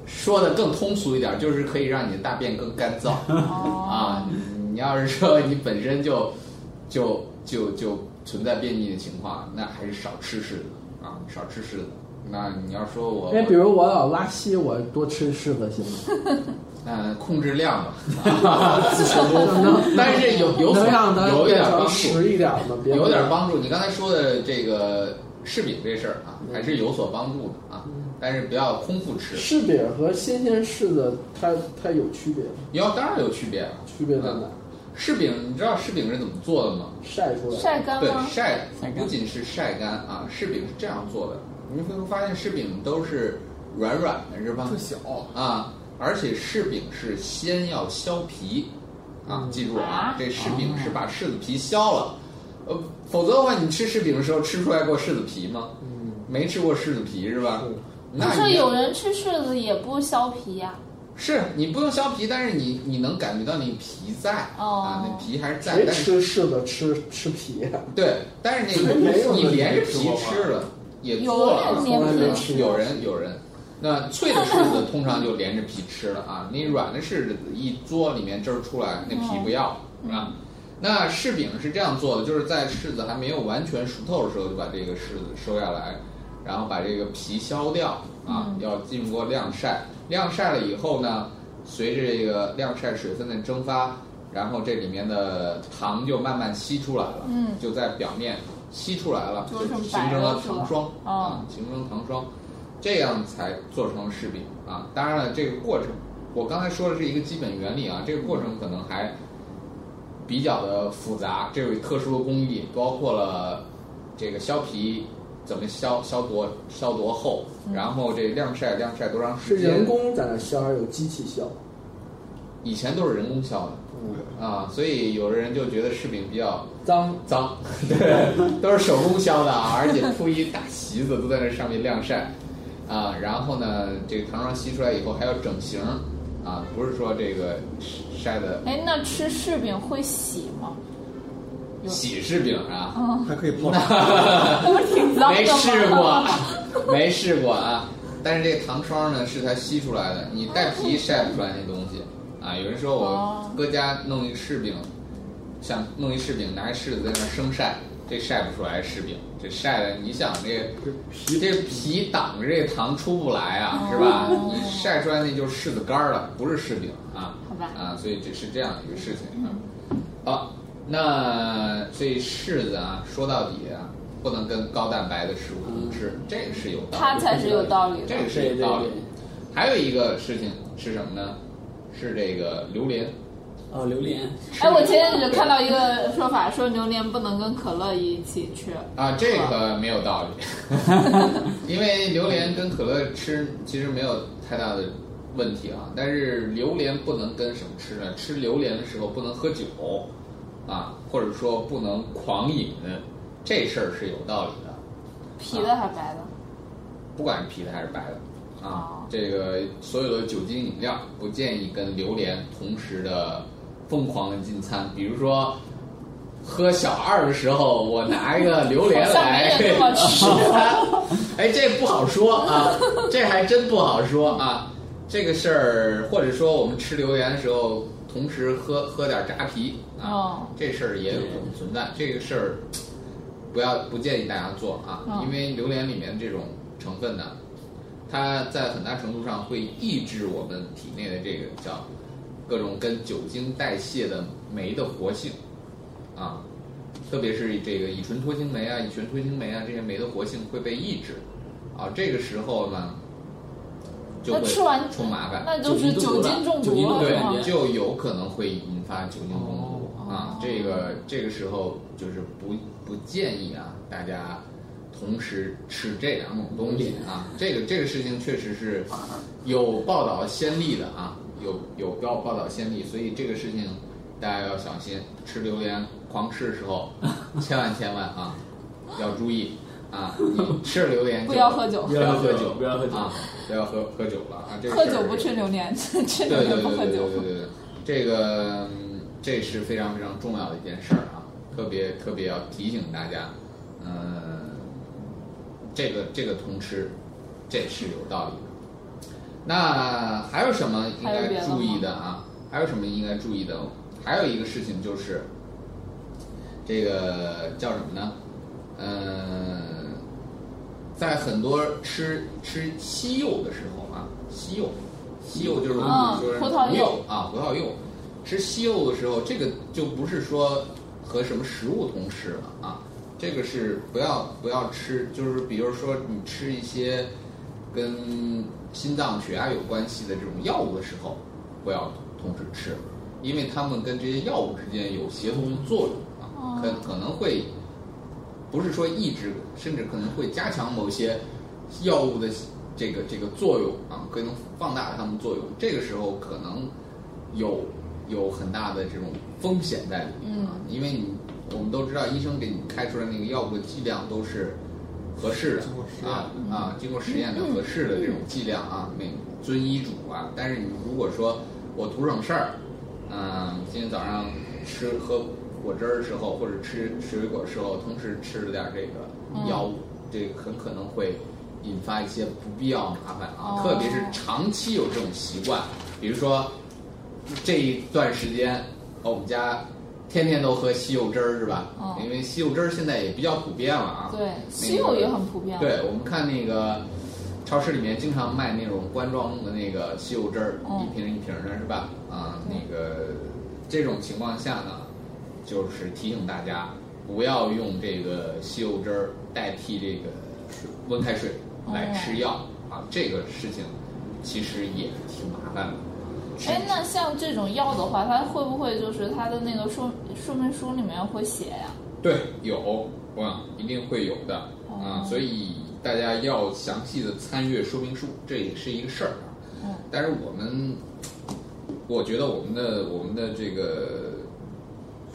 [SPEAKER 3] 说的更通俗一点，就是可以让你的大便更干燥啊。你要是说你本身就就就就存在便秘的情况，那还是少吃柿子啊，少吃柿子。那你要说我，
[SPEAKER 6] 哎，比如我老拉稀，我多吃柿子行吗？
[SPEAKER 3] 嗯，控制量吧，
[SPEAKER 6] 能
[SPEAKER 3] 但是有有所
[SPEAKER 6] 能让它
[SPEAKER 3] 有一
[SPEAKER 6] 变
[SPEAKER 3] 点帮
[SPEAKER 6] 成
[SPEAKER 3] 助，
[SPEAKER 6] 实一点吗？别
[SPEAKER 3] 有点帮助。你刚才说的这个柿饼这事儿啊，还是有所帮助的啊，
[SPEAKER 6] 嗯
[SPEAKER 3] 但是不要空腹吃。
[SPEAKER 6] 柿饼和新鲜柿子，它它有区别吗，
[SPEAKER 3] 你要当然有区别了，
[SPEAKER 6] 区别在哪？
[SPEAKER 3] 柿饼，你知道柿饼是怎么做的吗？
[SPEAKER 6] 晒出来。
[SPEAKER 2] 晒干
[SPEAKER 3] 对，
[SPEAKER 2] 吗？
[SPEAKER 3] 晒
[SPEAKER 4] 晒干
[SPEAKER 3] 不仅是晒干啊，柿饼是这样做的，你会发现柿饼都是软软的，是吧
[SPEAKER 5] 特？小，
[SPEAKER 3] 啊，而且柿饼是先要削皮，啊，记住啊
[SPEAKER 2] 啊，
[SPEAKER 3] 这柿饼是把柿子皮削了，呃，否则的话，你吃柿饼的时候吃出来过柿子皮吗？没吃过柿子皮是吧？
[SPEAKER 6] 嗯
[SPEAKER 3] 那
[SPEAKER 2] 可是
[SPEAKER 3] 你
[SPEAKER 2] 有人吃柿子也不削皮呀、
[SPEAKER 3] 是你不用削皮，但是你你能感觉到那皮在、
[SPEAKER 2] 哦
[SPEAKER 3] 啊，那皮还是在，
[SPEAKER 6] 谁
[SPEAKER 3] 但是
[SPEAKER 6] 吃柿子吃吃皮、啊？
[SPEAKER 3] 对，但是那个
[SPEAKER 5] 没有
[SPEAKER 3] 你
[SPEAKER 5] 的
[SPEAKER 3] 连着
[SPEAKER 5] 没吃
[SPEAKER 3] 皮
[SPEAKER 5] 过
[SPEAKER 3] 吃
[SPEAKER 5] 吧
[SPEAKER 3] 了，也
[SPEAKER 2] 有
[SPEAKER 3] 做
[SPEAKER 2] 人连
[SPEAKER 3] 了，
[SPEAKER 6] 从来没
[SPEAKER 3] 啊
[SPEAKER 6] 吃过
[SPEAKER 3] 有人有人。那脆的柿子通常就连着皮吃了啊，你软的柿子一嘬里面汁儿出来，那皮不要是吧？那柿饼是这样做的，就是在柿子还没有完全熟透的时候，就把这个柿子收下来，然后把这个皮削掉啊，
[SPEAKER 2] 嗯
[SPEAKER 3] 要经过晾晒。晾晒了以后呢，随着这个晾晒水分的蒸发，然后这里面的糖就慢慢吸出来了，
[SPEAKER 2] 嗯
[SPEAKER 3] 就在表面吸出来了，
[SPEAKER 2] 就
[SPEAKER 3] 就是形
[SPEAKER 2] 白
[SPEAKER 3] 成
[SPEAKER 2] 了
[SPEAKER 3] 了
[SPEAKER 2] 是
[SPEAKER 3] 糖
[SPEAKER 2] 吧
[SPEAKER 3] 霜
[SPEAKER 2] 哦
[SPEAKER 3] 啊，形成糖霜，这样才做成柿饼啊。当然了，这个过程我刚才说的是一个基本原理啊，这个过程可能还比较的复杂，这有特殊的工艺，包括了这个削皮怎么削削多削多厚，然后这晾晒晾晒多长
[SPEAKER 6] 嗯是
[SPEAKER 3] 时间，
[SPEAKER 6] 人工在那削还是有机器削？
[SPEAKER 3] 以前都是人工削的
[SPEAKER 6] 嗯，
[SPEAKER 3] 啊，所以有的人就觉得柿饼比较
[SPEAKER 6] 脏。
[SPEAKER 3] 脏， [LAUGHS] 对，都是手工削的啊，而且铺一大席子都在那上面晾晒，啊，然后呢，这个糖霜吸出来以后还要整形，啊，不是说这个晒的
[SPEAKER 2] 哎，那吃柿饼会洗
[SPEAKER 3] [LAUGHS]
[SPEAKER 2] 吗？有
[SPEAKER 3] 喜柿饼
[SPEAKER 6] 嗯
[SPEAKER 3] 啊，
[SPEAKER 5] 还可以泡茶。
[SPEAKER 2] 不是挺脏的吗？
[SPEAKER 3] 没试
[SPEAKER 2] [LAUGHS]
[SPEAKER 3] 过，没试过啊，但是这个糖霜呢是它吸出来的，你带皮晒不出来那东西，啊，有人说我
[SPEAKER 2] 哦
[SPEAKER 3] 搁家弄一个柿饼，想弄一柿饼，拿一柿子在那生晒，这晒不出来柿饼，这晒的你想这个。
[SPEAKER 5] 皮
[SPEAKER 3] 这皮挡着这糖出不来
[SPEAKER 2] 哦
[SPEAKER 3] 啊，是吧？你晒出来那就是柿子干儿了，不是柿饼啊。
[SPEAKER 2] 好吧嗯
[SPEAKER 3] 啊，所以这是这样一个事情啊。好，那所以柿子啊，说到底啊，不能跟高蛋白的食物同吃，这个是有道理的，
[SPEAKER 2] 它才是有道理的
[SPEAKER 3] 这个是有道理的。还有一个事情是什么呢？是这个榴莲。
[SPEAKER 4] 哦，榴莲，
[SPEAKER 2] 哎，我前阵子看到一个说法，说榴莲不能跟可乐一起吃。
[SPEAKER 3] 啊，这个没有道理，因为榴莲跟可乐吃其实没有太大的问题啊，但是榴莲不能跟什么吃呢？吃榴莲的时候不能喝酒，啊，或者说不能狂饮，这事儿是有道理的，
[SPEAKER 2] 皮的还白的，
[SPEAKER 3] 啊不管是啤的还是白的，啊
[SPEAKER 2] 哦，
[SPEAKER 3] 这个所有的酒精饮料不建议跟榴莲同时的疯狂的进餐，比如说。喝小二的时候，我拿一个榴莲
[SPEAKER 2] 好像
[SPEAKER 3] 来
[SPEAKER 2] 没人这么吃。
[SPEAKER 3] [LAUGHS] 哎，这不好说啊，这还真不好说啊。这个事儿，或者说我们吃榴莲的时候，同时喝喝点扎啤啊，
[SPEAKER 2] 哦
[SPEAKER 3] 这事儿也有存在。这个事儿不要不建议大家做啊，
[SPEAKER 2] 嗯
[SPEAKER 3] 因为榴莲里面这种成分呢，它在很大程度上会抑制我们体内的这个叫各种跟酒精代谢的酶的活性啊，特别是这个乙醇脱氢酶啊、乙醛脱氢酶啊这些酶的活性会被抑制啊，这个时候呢就
[SPEAKER 2] 那
[SPEAKER 3] 会
[SPEAKER 2] 吃完
[SPEAKER 3] 出麻烦，
[SPEAKER 2] 那就是酒精中
[SPEAKER 4] 酒精
[SPEAKER 2] 毒了，
[SPEAKER 4] 中毒对
[SPEAKER 2] 是
[SPEAKER 4] 感
[SPEAKER 2] 吗
[SPEAKER 4] 觉？
[SPEAKER 3] 就有可能会引发酒精中毒、
[SPEAKER 4] 哦
[SPEAKER 3] 啊。这个这个时候就是不不建议啊，大家同时吃这两种东西啊。
[SPEAKER 2] 嗯
[SPEAKER 3] 这个这个事情确实是有报道先例的啊，有有报报道先例，所以这个事情大家要小心。吃榴莲狂吃的
[SPEAKER 2] [LAUGHS]
[SPEAKER 3] 时候，千万千万啊，要注意啊！你吃了榴莲就
[SPEAKER 2] 不要喝酒
[SPEAKER 3] 不要喝酒，
[SPEAKER 4] 不要喝酒
[SPEAKER 3] 啊！不要喝喝酒了啊！这个
[SPEAKER 2] 喝
[SPEAKER 3] 事儿
[SPEAKER 2] 酒不吃榴莲， [LAUGHS] 吃
[SPEAKER 3] 对对对对对
[SPEAKER 2] 榴莲不喝酒。
[SPEAKER 3] 对对对，这个嗯这是非常非常重要的一件事儿啊，特别特别要提醒大家，嗯，这个这个通吃，这是有道理的。那还有什么应该注意的啊？还有什么应该注意的？还有一个事情就是，这个叫什么呢？嗯，在很多吃吃西柚的时候啊，西柚，西柚就是我
[SPEAKER 2] 嗯
[SPEAKER 3] 们说是
[SPEAKER 2] 葡萄柚
[SPEAKER 3] 啊，葡萄柚。吃西柚的时候，这个就不是说和什么食物同吃了啊，这个是不要不要吃，就是比如说你吃一些跟心脏血压有关系的这种药物的时候，不要同时吃，因为它们跟这些药物之间有协同作用啊，可可能会不是说抑制，甚至可能会加强某些药物的这个这个作用啊，可能放大它们作用。这个时候可能有有很大的这种风险在里面啊，因为你我们都知道，医生给你开出来那个药物的剂量都是合适
[SPEAKER 5] 经过实
[SPEAKER 3] 的
[SPEAKER 5] 验嗯
[SPEAKER 3] 啊啊，经过实验的合适的这种剂量啊，每遵医嘱啊。但是你如果说我图省事儿，嗯，今天早上吃喝果汁儿的时候，或者吃水果的时候，同时吃了点这
[SPEAKER 5] 嗯
[SPEAKER 3] 个药物，这个很可能会引发一些不必要麻烦
[SPEAKER 2] 哦
[SPEAKER 3] 啊。特别是长期有这种习惯，比如说这一段时间，哦我们家天天都喝西柚汁儿是吧？
[SPEAKER 2] 哦
[SPEAKER 3] 因为西柚汁儿现在也比较普遍了啊。
[SPEAKER 2] 对，
[SPEAKER 3] 那
[SPEAKER 2] 西
[SPEAKER 3] 个
[SPEAKER 2] 柚也很普遍。，
[SPEAKER 3] 对，我们看那个超市里面经常卖那种罐装的那个西柚汁儿，
[SPEAKER 2] 嗯
[SPEAKER 3] 一瓶一瓶的，是吧？啊、
[SPEAKER 2] 对
[SPEAKER 3] 那个这种情况下呢，就是提醒大家不要用这个西柚汁儿代替这个温开水来
[SPEAKER 2] 哦
[SPEAKER 3] 吃药、啊，这个事情其实也挺麻烦的。
[SPEAKER 2] 哎，那像这种药的话，它会不会就是它的那个说说明书里面会写呀、
[SPEAKER 3] 对，有哇，一定会有的啊、
[SPEAKER 2] 哦
[SPEAKER 3] 所以大家要详细的参阅说明书，这也是一个事儿啊。
[SPEAKER 2] 嗯
[SPEAKER 3] 但是我们，我觉得我们的我们的这个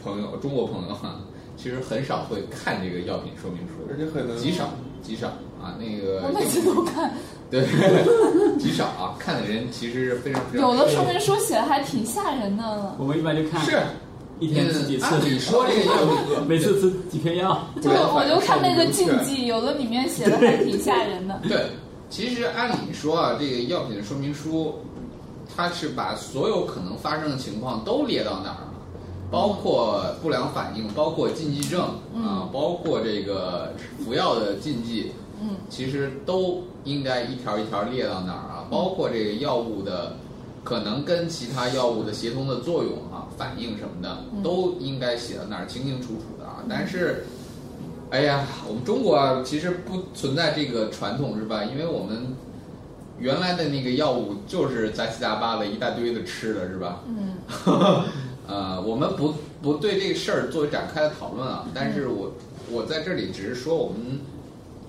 [SPEAKER 3] 朋友，中国朋友啊，其实很少会看这个药品说明
[SPEAKER 5] 而
[SPEAKER 3] 书，
[SPEAKER 5] 且很难
[SPEAKER 3] 极少极少啊。那个
[SPEAKER 2] 我每次都看，
[SPEAKER 3] 对极少啊，看的人其实是非常非常
[SPEAKER 2] 有的说明书写的还挺吓人的呢。
[SPEAKER 4] 我们一般就看
[SPEAKER 3] 是。嗯啊
[SPEAKER 4] 一天吃几次，
[SPEAKER 3] 按理说这个药品
[SPEAKER 4] 每次吃几片药。
[SPEAKER 2] 就
[SPEAKER 3] 对
[SPEAKER 2] 我就看那个禁
[SPEAKER 3] 反正
[SPEAKER 2] 忌，有的里面写的还挺吓人的。
[SPEAKER 3] 对，其实按理说啊，这个药品的说明书，它是把所有可能发生的情况都列到那儿了，包括不良反应，包括禁忌症啊、包括这个服药的禁忌，
[SPEAKER 2] 嗯，
[SPEAKER 3] 其实都应该一条一条列到那儿啊，包括这个药物的可能跟其他药物的协同的作用啊、反应什么的，都应该写到那儿清清楚楚的啊。但是，哎呀，我们中国啊，其实不存在这个传统是吧？因为我们原来的那个药物就是杂七杂八的一大堆的吃的是吧？
[SPEAKER 2] 嗯，
[SPEAKER 3] 呃，我们不不对这个事儿做展开的讨论
[SPEAKER 2] 嗯
[SPEAKER 3] 啊，但是我我在这里只是说我们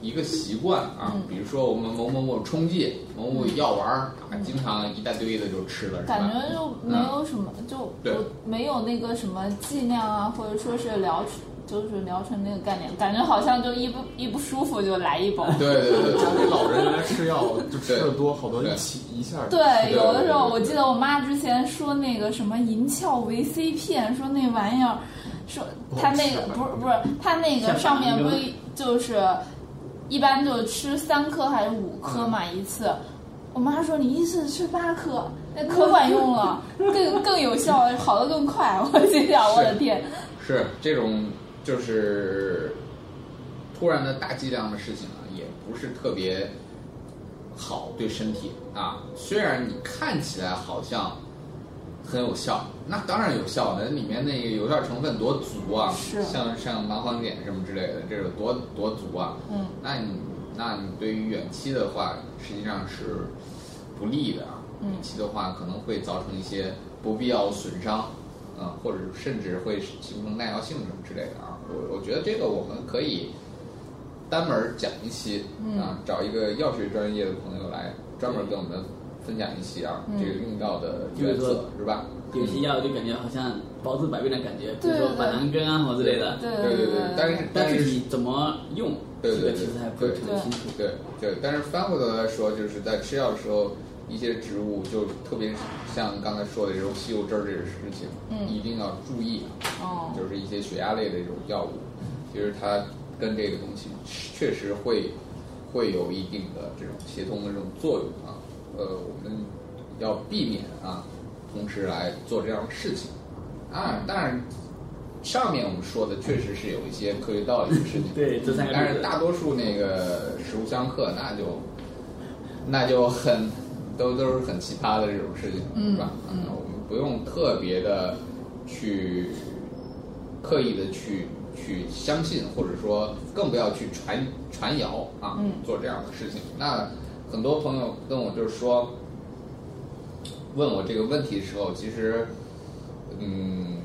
[SPEAKER 3] 一个习惯啊，
[SPEAKER 2] 嗯
[SPEAKER 3] 比如说我们某某某冲剂、某某药丸儿啊，经常一大堆的就吃了，是吧？
[SPEAKER 2] 嗯感觉就没有什么，就
[SPEAKER 3] 啊对
[SPEAKER 2] 不没有那个什么剂量啊，或者说是疗程，就是疗程那个概念，感觉好像就一不一不舒服就来一包。
[SPEAKER 3] 对对对
[SPEAKER 5] 家
[SPEAKER 3] 对
[SPEAKER 5] 里老人原来吃药就吃的多，好多一起一下就
[SPEAKER 2] 对，有的时候
[SPEAKER 3] 对对对
[SPEAKER 2] 我记得我妈之前说那个什么银翘维 C 片，说那玩意儿，说它那个不是不是它那个上面不是就是一般就吃三颗还是五颗嘛一次。我妈说你一次吃八颗，那可管用了，更更有效，好的更快。我心想，我的天，
[SPEAKER 3] 是这种就是突然的大剂量的事情啊，也不是特别好对身体啊。虽然你看起来好像很有效，那当然有效了，那里面那个有效成分多足啊，
[SPEAKER 2] 是
[SPEAKER 3] 像像芒黄碱什么之类的，这个多多足啊。
[SPEAKER 2] 嗯，
[SPEAKER 3] 那你那你对于远期的话，实际上是不利的
[SPEAKER 2] 嗯
[SPEAKER 3] 啊。远期的话可能会造成一些不必要损伤，啊、或者甚至会形成耐药性什么之类的啊。我我觉得这个我们可以单门儿讲一期
[SPEAKER 2] 嗯
[SPEAKER 3] 啊，找一个药学专业的朋友来专门儿跟我们分享一
[SPEAKER 2] 嗯
[SPEAKER 3] 期啊，这个用药的
[SPEAKER 4] 就
[SPEAKER 3] 原
[SPEAKER 4] 是
[SPEAKER 3] 则
[SPEAKER 4] 说
[SPEAKER 3] 是吧？嗯
[SPEAKER 4] 有些药就感觉好像包治百病的感觉，比
[SPEAKER 2] 对
[SPEAKER 4] 如说
[SPEAKER 2] 对
[SPEAKER 4] 板蓝根啊或之类的。
[SPEAKER 2] 对
[SPEAKER 3] 对
[SPEAKER 2] 对
[SPEAKER 3] 对对，但是
[SPEAKER 4] 但
[SPEAKER 3] 但
[SPEAKER 4] 具
[SPEAKER 3] 是
[SPEAKER 4] 体怎么用，
[SPEAKER 3] 对
[SPEAKER 4] 这
[SPEAKER 3] 对
[SPEAKER 4] 个其实还不是很清楚。
[SPEAKER 3] 对对，但是翻过头来说，就是在吃药的时候，一些植物就特别像刚才说的这种西柚汁儿这个事情，
[SPEAKER 2] 嗯
[SPEAKER 3] 一定要注意啊，
[SPEAKER 2] 哦，
[SPEAKER 3] 就是一些血压类的这种药物，其实它跟这个东西确实会会有一定的这种协同的这种作用啊，呃，我们要避免啊，同时来做这样的事情。啊，当然，上面我们说的确实是有一些科学道理的事情。
[SPEAKER 4] [LAUGHS] 对这三个
[SPEAKER 3] 但
[SPEAKER 4] 例
[SPEAKER 3] 是
[SPEAKER 4] 子
[SPEAKER 3] 大多数那个食物相克，那就那就很都都是很奇葩的这种事情，
[SPEAKER 2] 嗯
[SPEAKER 3] 是吧？啊
[SPEAKER 2] 嗯
[SPEAKER 3] 我们不用特别的去刻意的去去相信，或者说更不要去传传谣啊，
[SPEAKER 2] 嗯
[SPEAKER 3] 做这样的事情。那很多朋友跟我就是说，问我这个问题的时候，其实，嗯，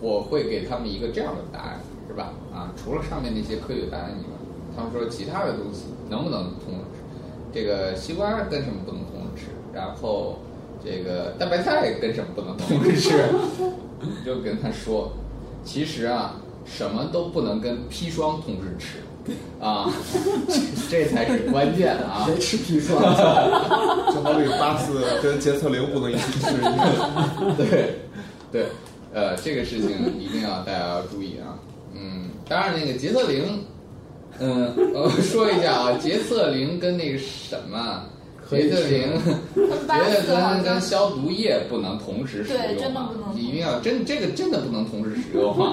[SPEAKER 3] 我会给他们一个这样的答案，是吧？啊，除了上面那些科学答案以外，他们说其他的东西能不能同时吃？这个西瓜跟什么不能同时吃？然后这个大白菜跟什么不能同 [LAUGHS] 时吃？你就跟他说，其实啊，什么都不能跟砒霜同时吃。啊，这这才是关键啊！
[SPEAKER 6] 谁吃砒霜？
[SPEAKER 5] 就好比八四跟洁厕灵不能一起吃，因为
[SPEAKER 3] [LAUGHS] 对，对，呃，这个事情一定要大家要注意啊。嗯，当然那个洁厕灵，嗯，我 [LAUGHS] 说一下啊，洁厕灵跟那个什么。
[SPEAKER 6] 可以
[SPEAKER 3] 洁
[SPEAKER 6] 吃
[SPEAKER 3] 厕灵，
[SPEAKER 2] 八
[SPEAKER 3] 洁
[SPEAKER 2] 四
[SPEAKER 3] 厕
[SPEAKER 2] 好
[SPEAKER 3] 灵
[SPEAKER 2] 像
[SPEAKER 3] 跟消毒液不能同时使用、啊，
[SPEAKER 2] 对真的不能
[SPEAKER 3] 一定要真这个真的不能同时使
[SPEAKER 2] [LAUGHS]
[SPEAKER 3] 用啊，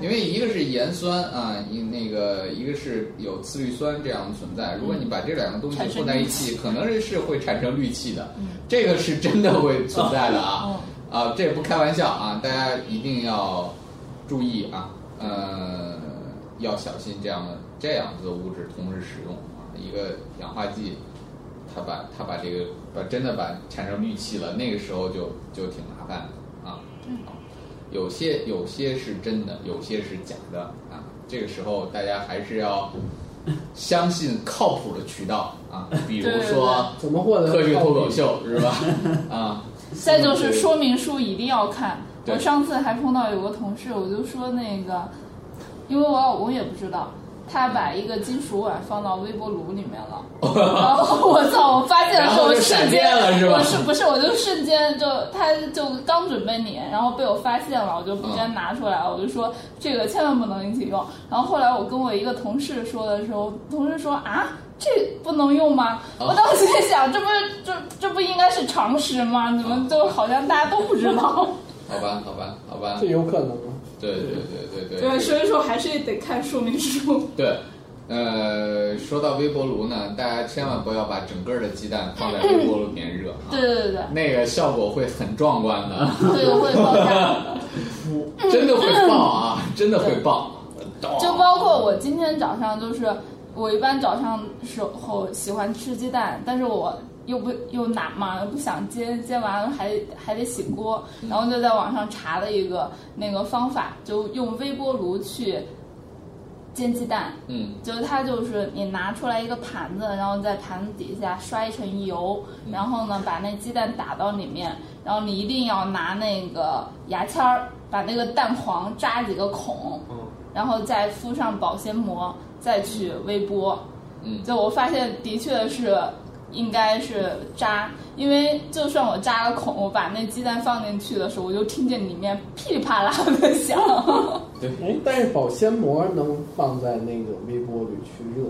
[SPEAKER 3] 因为一个是盐酸啊，一那个一个是有次氯酸这样的存在，如果你把这两个东
[SPEAKER 2] 嗯
[SPEAKER 3] 西
[SPEAKER 2] 产生
[SPEAKER 3] 混在一
[SPEAKER 2] 氯气
[SPEAKER 3] 起，可能是会产生氯气的，这个是真的会存在的啊。
[SPEAKER 2] 嗯
[SPEAKER 3] 啊，这也不开玩笑啊，大家一定要注意啊，呃，要小心这样的这样子的物质同时使用啊，一个氧化剂，它把它把这个把真的把产生氯气了，那个时候就就挺麻烦的啊。
[SPEAKER 2] 嗯
[SPEAKER 3] 有些有些是真的，有些是假的啊。这个时候大家还是要相信靠谱的渠道
[SPEAKER 2] [LAUGHS]
[SPEAKER 3] 啊，比如
[SPEAKER 2] 对对
[SPEAKER 3] 说
[SPEAKER 6] 怎么获得
[SPEAKER 3] 科学脱
[SPEAKER 6] 奥
[SPEAKER 3] 口
[SPEAKER 6] 秘？
[SPEAKER 3] 秀是吧？ [LAUGHS] 啊，
[SPEAKER 2] 再就是说明书一定要看。
[SPEAKER 3] 对
[SPEAKER 2] 我上次还碰到有个同事，我就说那个，因为我老公也不知道，他把一个金属碗放到微波炉里面
[SPEAKER 3] [LAUGHS]
[SPEAKER 2] 了，然后我操！我发现的时候，
[SPEAKER 3] 然后
[SPEAKER 2] 我
[SPEAKER 3] 就
[SPEAKER 2] 瞬
[SPEAKER 3] 闪
[SPEAKER 2] 间
[SPEAKER 3] 电了是吧
[SPEAKER 2] 我是不是我就瞬间就他就刚准备拧，然后被我发现了，我就不
[SPEAKER 3] 嗯
[SPEAKER 2] 敢拿出来了，我就说这个千万不能一起用。然后后来我跟我一个同事说的时候，同事说啊。这不能用吗？
[SPEAKER 3] 啊
[SPEAKER 2] 我当时在想，这不是这这不应该是常识吗？怎
[SPEAKER 3] 哦
[SPEAKER 2] 么就好像大家都不知道？
[SPEAKER 3] 好吧，好吧，好吧
[SPEAKER 6] 这，有可能吗？
[SPEAKER 3] 对对对对
[SPEAKER 2] 对，所以说还是得看说明书。
[SPEAKER 3] 对，呃，说到微波炉呢，大家千万不要把整个的鸡蛋放在微波炉里面热啊，
[SPEAKER 2] 对对对对，
[SPEAKER 3] 那个效果会很壮观的，
[SPEAKER 2] 对我会爆炸。
[SPEAKER 3] 真的会爆
[SPEAKER 2] [LAUGHS]
[SPEAKER 3] 啊，真的会爆，
[SPEAKER 2] 就包括我今天早上，就是我一般早上时候喜欢吃鸡蛋，但是我又不又难嘛，又不想煎，煎完了还还得洗锅，然后就在网上查了一个那个方法，就用微波炉去煎鸡蛋。
[SPEAKER 3] 嗯
[SPEAKER 2] 就是它就是你拿出来一个盘子，然后在盘子底下刷一层油，然后呢把那鸡蛋打到里面，然后你一定要拿那个牙签儿把那个蛋黄扎几个孔，
[SPEAKER 3] 嗯
[SPEAKER 2] 然后再敷上保鲜膜，再去微波。
[SPEAKER 3] 嗯
[SPEAKER 2] 就我发现的确是应该是扎，因为就算我扎了孔，我把那鸡蛋放进去的时候，我就听见里面噼里啪啦的
[SPEAKER 3] [LAUGHS]
[SPEAKER 2] 响。
[SPEAKER 6] 哎，但是保鲜膜能放在那个微波里去热，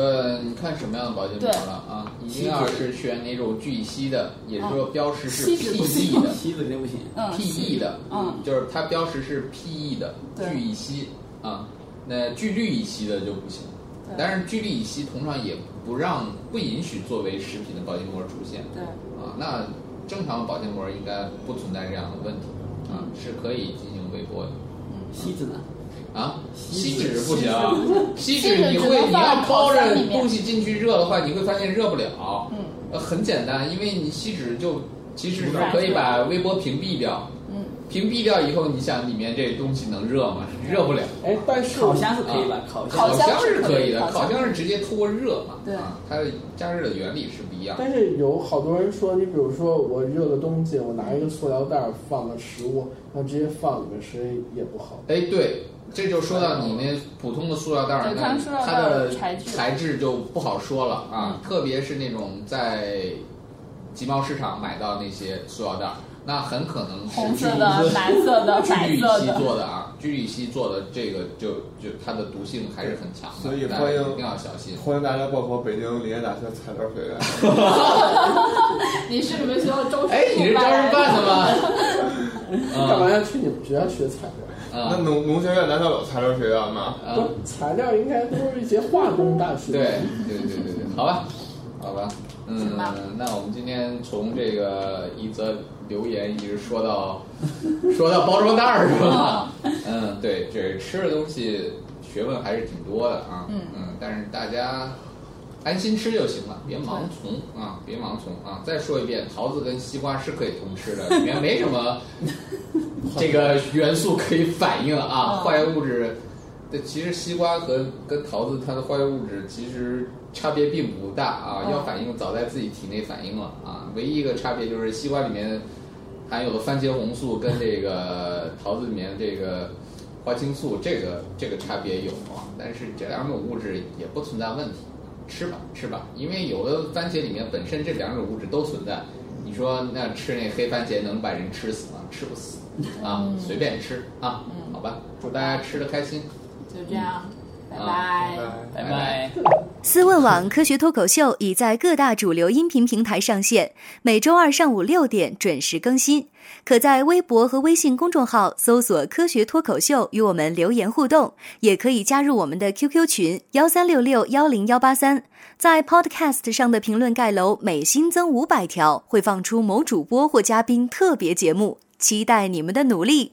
[SPEAKER 3] 呃，你看什么样的保鲜膜了啊？一定要是选那种聚乙烯的，也就是说标识是
[SPEAKER 2] 锡纸不
[SPEAKER 3] PE 的
[SPEAKER 4] 西子肯定不行。
[SPEAKER 2] 嗯，
[SPEAKER 3] ，PE 的，
[SPEAKER 2] 嗯，
[SPEAKER 3] 就是它标识是 PE 的
[SPEAKER 2] 对
[SPEAKER 3] 聚乙烯啊，那聚氯乙烯的就不行。
[SPEAKER 2] 对
[SPEAKER 3] 但是聚氯乙烯通常也不让不允许作为食品的保鲜膜出现
[SPEAKER 2] 对。
[SPEAKER 3] 啊，那正常的保鲜膜应该不存在这样的问题啊，是可以进行微波的。
[SPEAKER 4] 西子呢？
[SPEAKER 3] 啊，
[SPEAKER 4] 锡
[SPEAKER 3] 锡
[SPEAKER 4] 纸
[SPEAKER 3] 纸不行，锡
[SPEAKER 2] 锡纸
[SPEAKER 3] 纸你
[SPEAKER 2] 只
[SPEAKER 3] 会
[SPEAKER 2] 能
[SPEAKER 3] 你
[SPEAKER 2] 放
[SPEAKER 3] 要
[SPEAKER 2] 在
[SPEAKER 3] 包
[SPEAKER 2] 烤箱
[SPEAKER 3] 着
[SPEAKER 2] 里面
[SPEAKER 3] 东西进去热的话，你会发现热不了。
[SPEAKER 2] 嗯
[SPEAKER 3] 呃，很简单，因为你锡纸就其实是
[SPEAKER 2] 反
[SPEAKER 3] 可以
[SPEAKER 2] 射
[SPEAKER 3] 把微波屏蔽掉，
[SPEAKER 2] 嗯。
[SPEAKER 3] 屏蔽掉以后，你想里面这东西能热吗？热不了。
[SPEAKER 6] 哎，但是
[SPEAKER 4] 烤箱是可以吧？烤
[SPEAKER 2] 烤
[SPEAKER 4] 箱
[SPEAKER 2] 箱
[SPEAKER 3] 箱
[SPEAKER 2] 是
[SPEAKER 3] 是
[SPEAKER 2] 可以
[SPEAKER 3] 以的，
[SPEAKER 2] 烤
[SPEAKER 3] 烤
[SPEAKER 2] 箱
[SPEAKER 3] 箱是直接通过热嘛，
[SPEAKER 2] 对
[SPEAKER 3] 啊，它的加热的原理是不一样的。
[SPEAKER 6] 但是有好多人说，你比如说我热个东西，我拿一个塑料袋儿放了食物，然后直接放里面吃也不好。
[SPEAKER 3] 哎，对，这就说到你那普通的塑料袋儿，
[SPEAKER 2] 对
[SPEAKER 3] 那
[SPEAKER 2] 看塑料袋
[SPEAKER 3] 它
[SPEAKER 2] 儿
[SPEAKER 3] 的
[SPEAKER 2] 材质
[SPEAKER 3] 材质就不好说了啊。
[SPEAKER 5] 嗯
[SPEAKER 3] 特别是那种在集贸市场买到那些塑料袋儿，那很可能是
[SPEAKER 2] 红色
[SPEAKER 3] 聚
[SPEAKER 2] 的、蓝色的、
[SPEAKER 3] 聚
[SPEAKER 2] 白
[SPEAKER 3] 氯乙
[SPEAKER 2] 色
[SPEAKER 3] 烯
[SPEAKER 2] 的，
[SPEAKER 3] 做的啊，聚氯乙烯做的这个就就它的毒性还是很强的，
[SPEAKER 5] 所以
[SPEAKER 3] 大
[SPEAKER 5] 欢
[SPEAKER 3] 家
[SPEAKER 5] 迎
[SPEAKER 3] 一定要小心。
[SPEAKER 5] [LAUGHS] 欢迎大家报考北京林业大学材料学院。
[SPEAKER 2] 哎你是你们学校招生
[SPEAKER 3] 哎，你是招人办的吗？
[SPEAKER 6] 干嘛要去你们学校学材料？
[SPEAKER 5] 那
[SPEAKER 3] 啊，
[SPEAKER 5] 农农学院难道有材料学院吗？
[SPEAKER 3] 啊
[SPEAKER 6] 不是材料应该都是一些化工大学。
[SPEAKER 3] 对，对对对对，好吧，好吧，嗯
[SPEAKER 2] 行吧，
[SPEAKER 3] 那我们今天从这个一则留言一直说到 [LAUGHS] 说到包装袋儿是
[SPEAKER 2] [LAUGHS]
[SPEAKER 3] 吧？嗯，对，这吃的东西学问还是挺多的啊。
[SPEAKER 2] 嗯
[SPEAKER 3] 但是大家安心吃就行了，别盲从啊，别盲从啊！再说一遍，桃子跟西瓜是可以同吃的，里面没
[SPEAKER 2] [LAUGHS]
[SPEAKER 3] 什么这个元素可以反应啊，
[SPEAKER 2] 嗯
[SPEAKER 3] 化学物质。对，其实西瓜和跟桃子它的化学物质其实差别并不大啊，
[SPEAKER 2] 嗯
[SPEAKER 3] 要反应早在自己体内反应了啊，唯一一个差别就是西瓜里面含有的番茄红素跟这个桃子里面这个花青素这个这个差别有啊，但是这两种物质也不存在问题，吃吧吃吧，因为有的番茄里面本身这两种物质都存在，你说那吃那黑番茄能把人吃死吗？吃不死啊，随便吃啊，好吧，祝大家吃的开心。
[SPEAKER 2] 就这样，拜
[SPEAKER 3] 啊
[SPEAKER 2] 拜。
[SPEAKER 4] 拜拜。
[SPEAKER 7] 思问网科学脱口秀已在各大主流音频平台上线，每周二上午六点准时更新。可在微博和微信公众号搜索“科学脱口秀”与我们留言互动，也可以加入我们的 QQ 群幺三六六幺零幺八三。在 Podcast 上的评论盖楼每新增五百条，会放出某主播或嘉宾特别节目。期待你们的努力，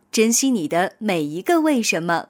[SPEAKER 7] 珍惜你的每一个为什么。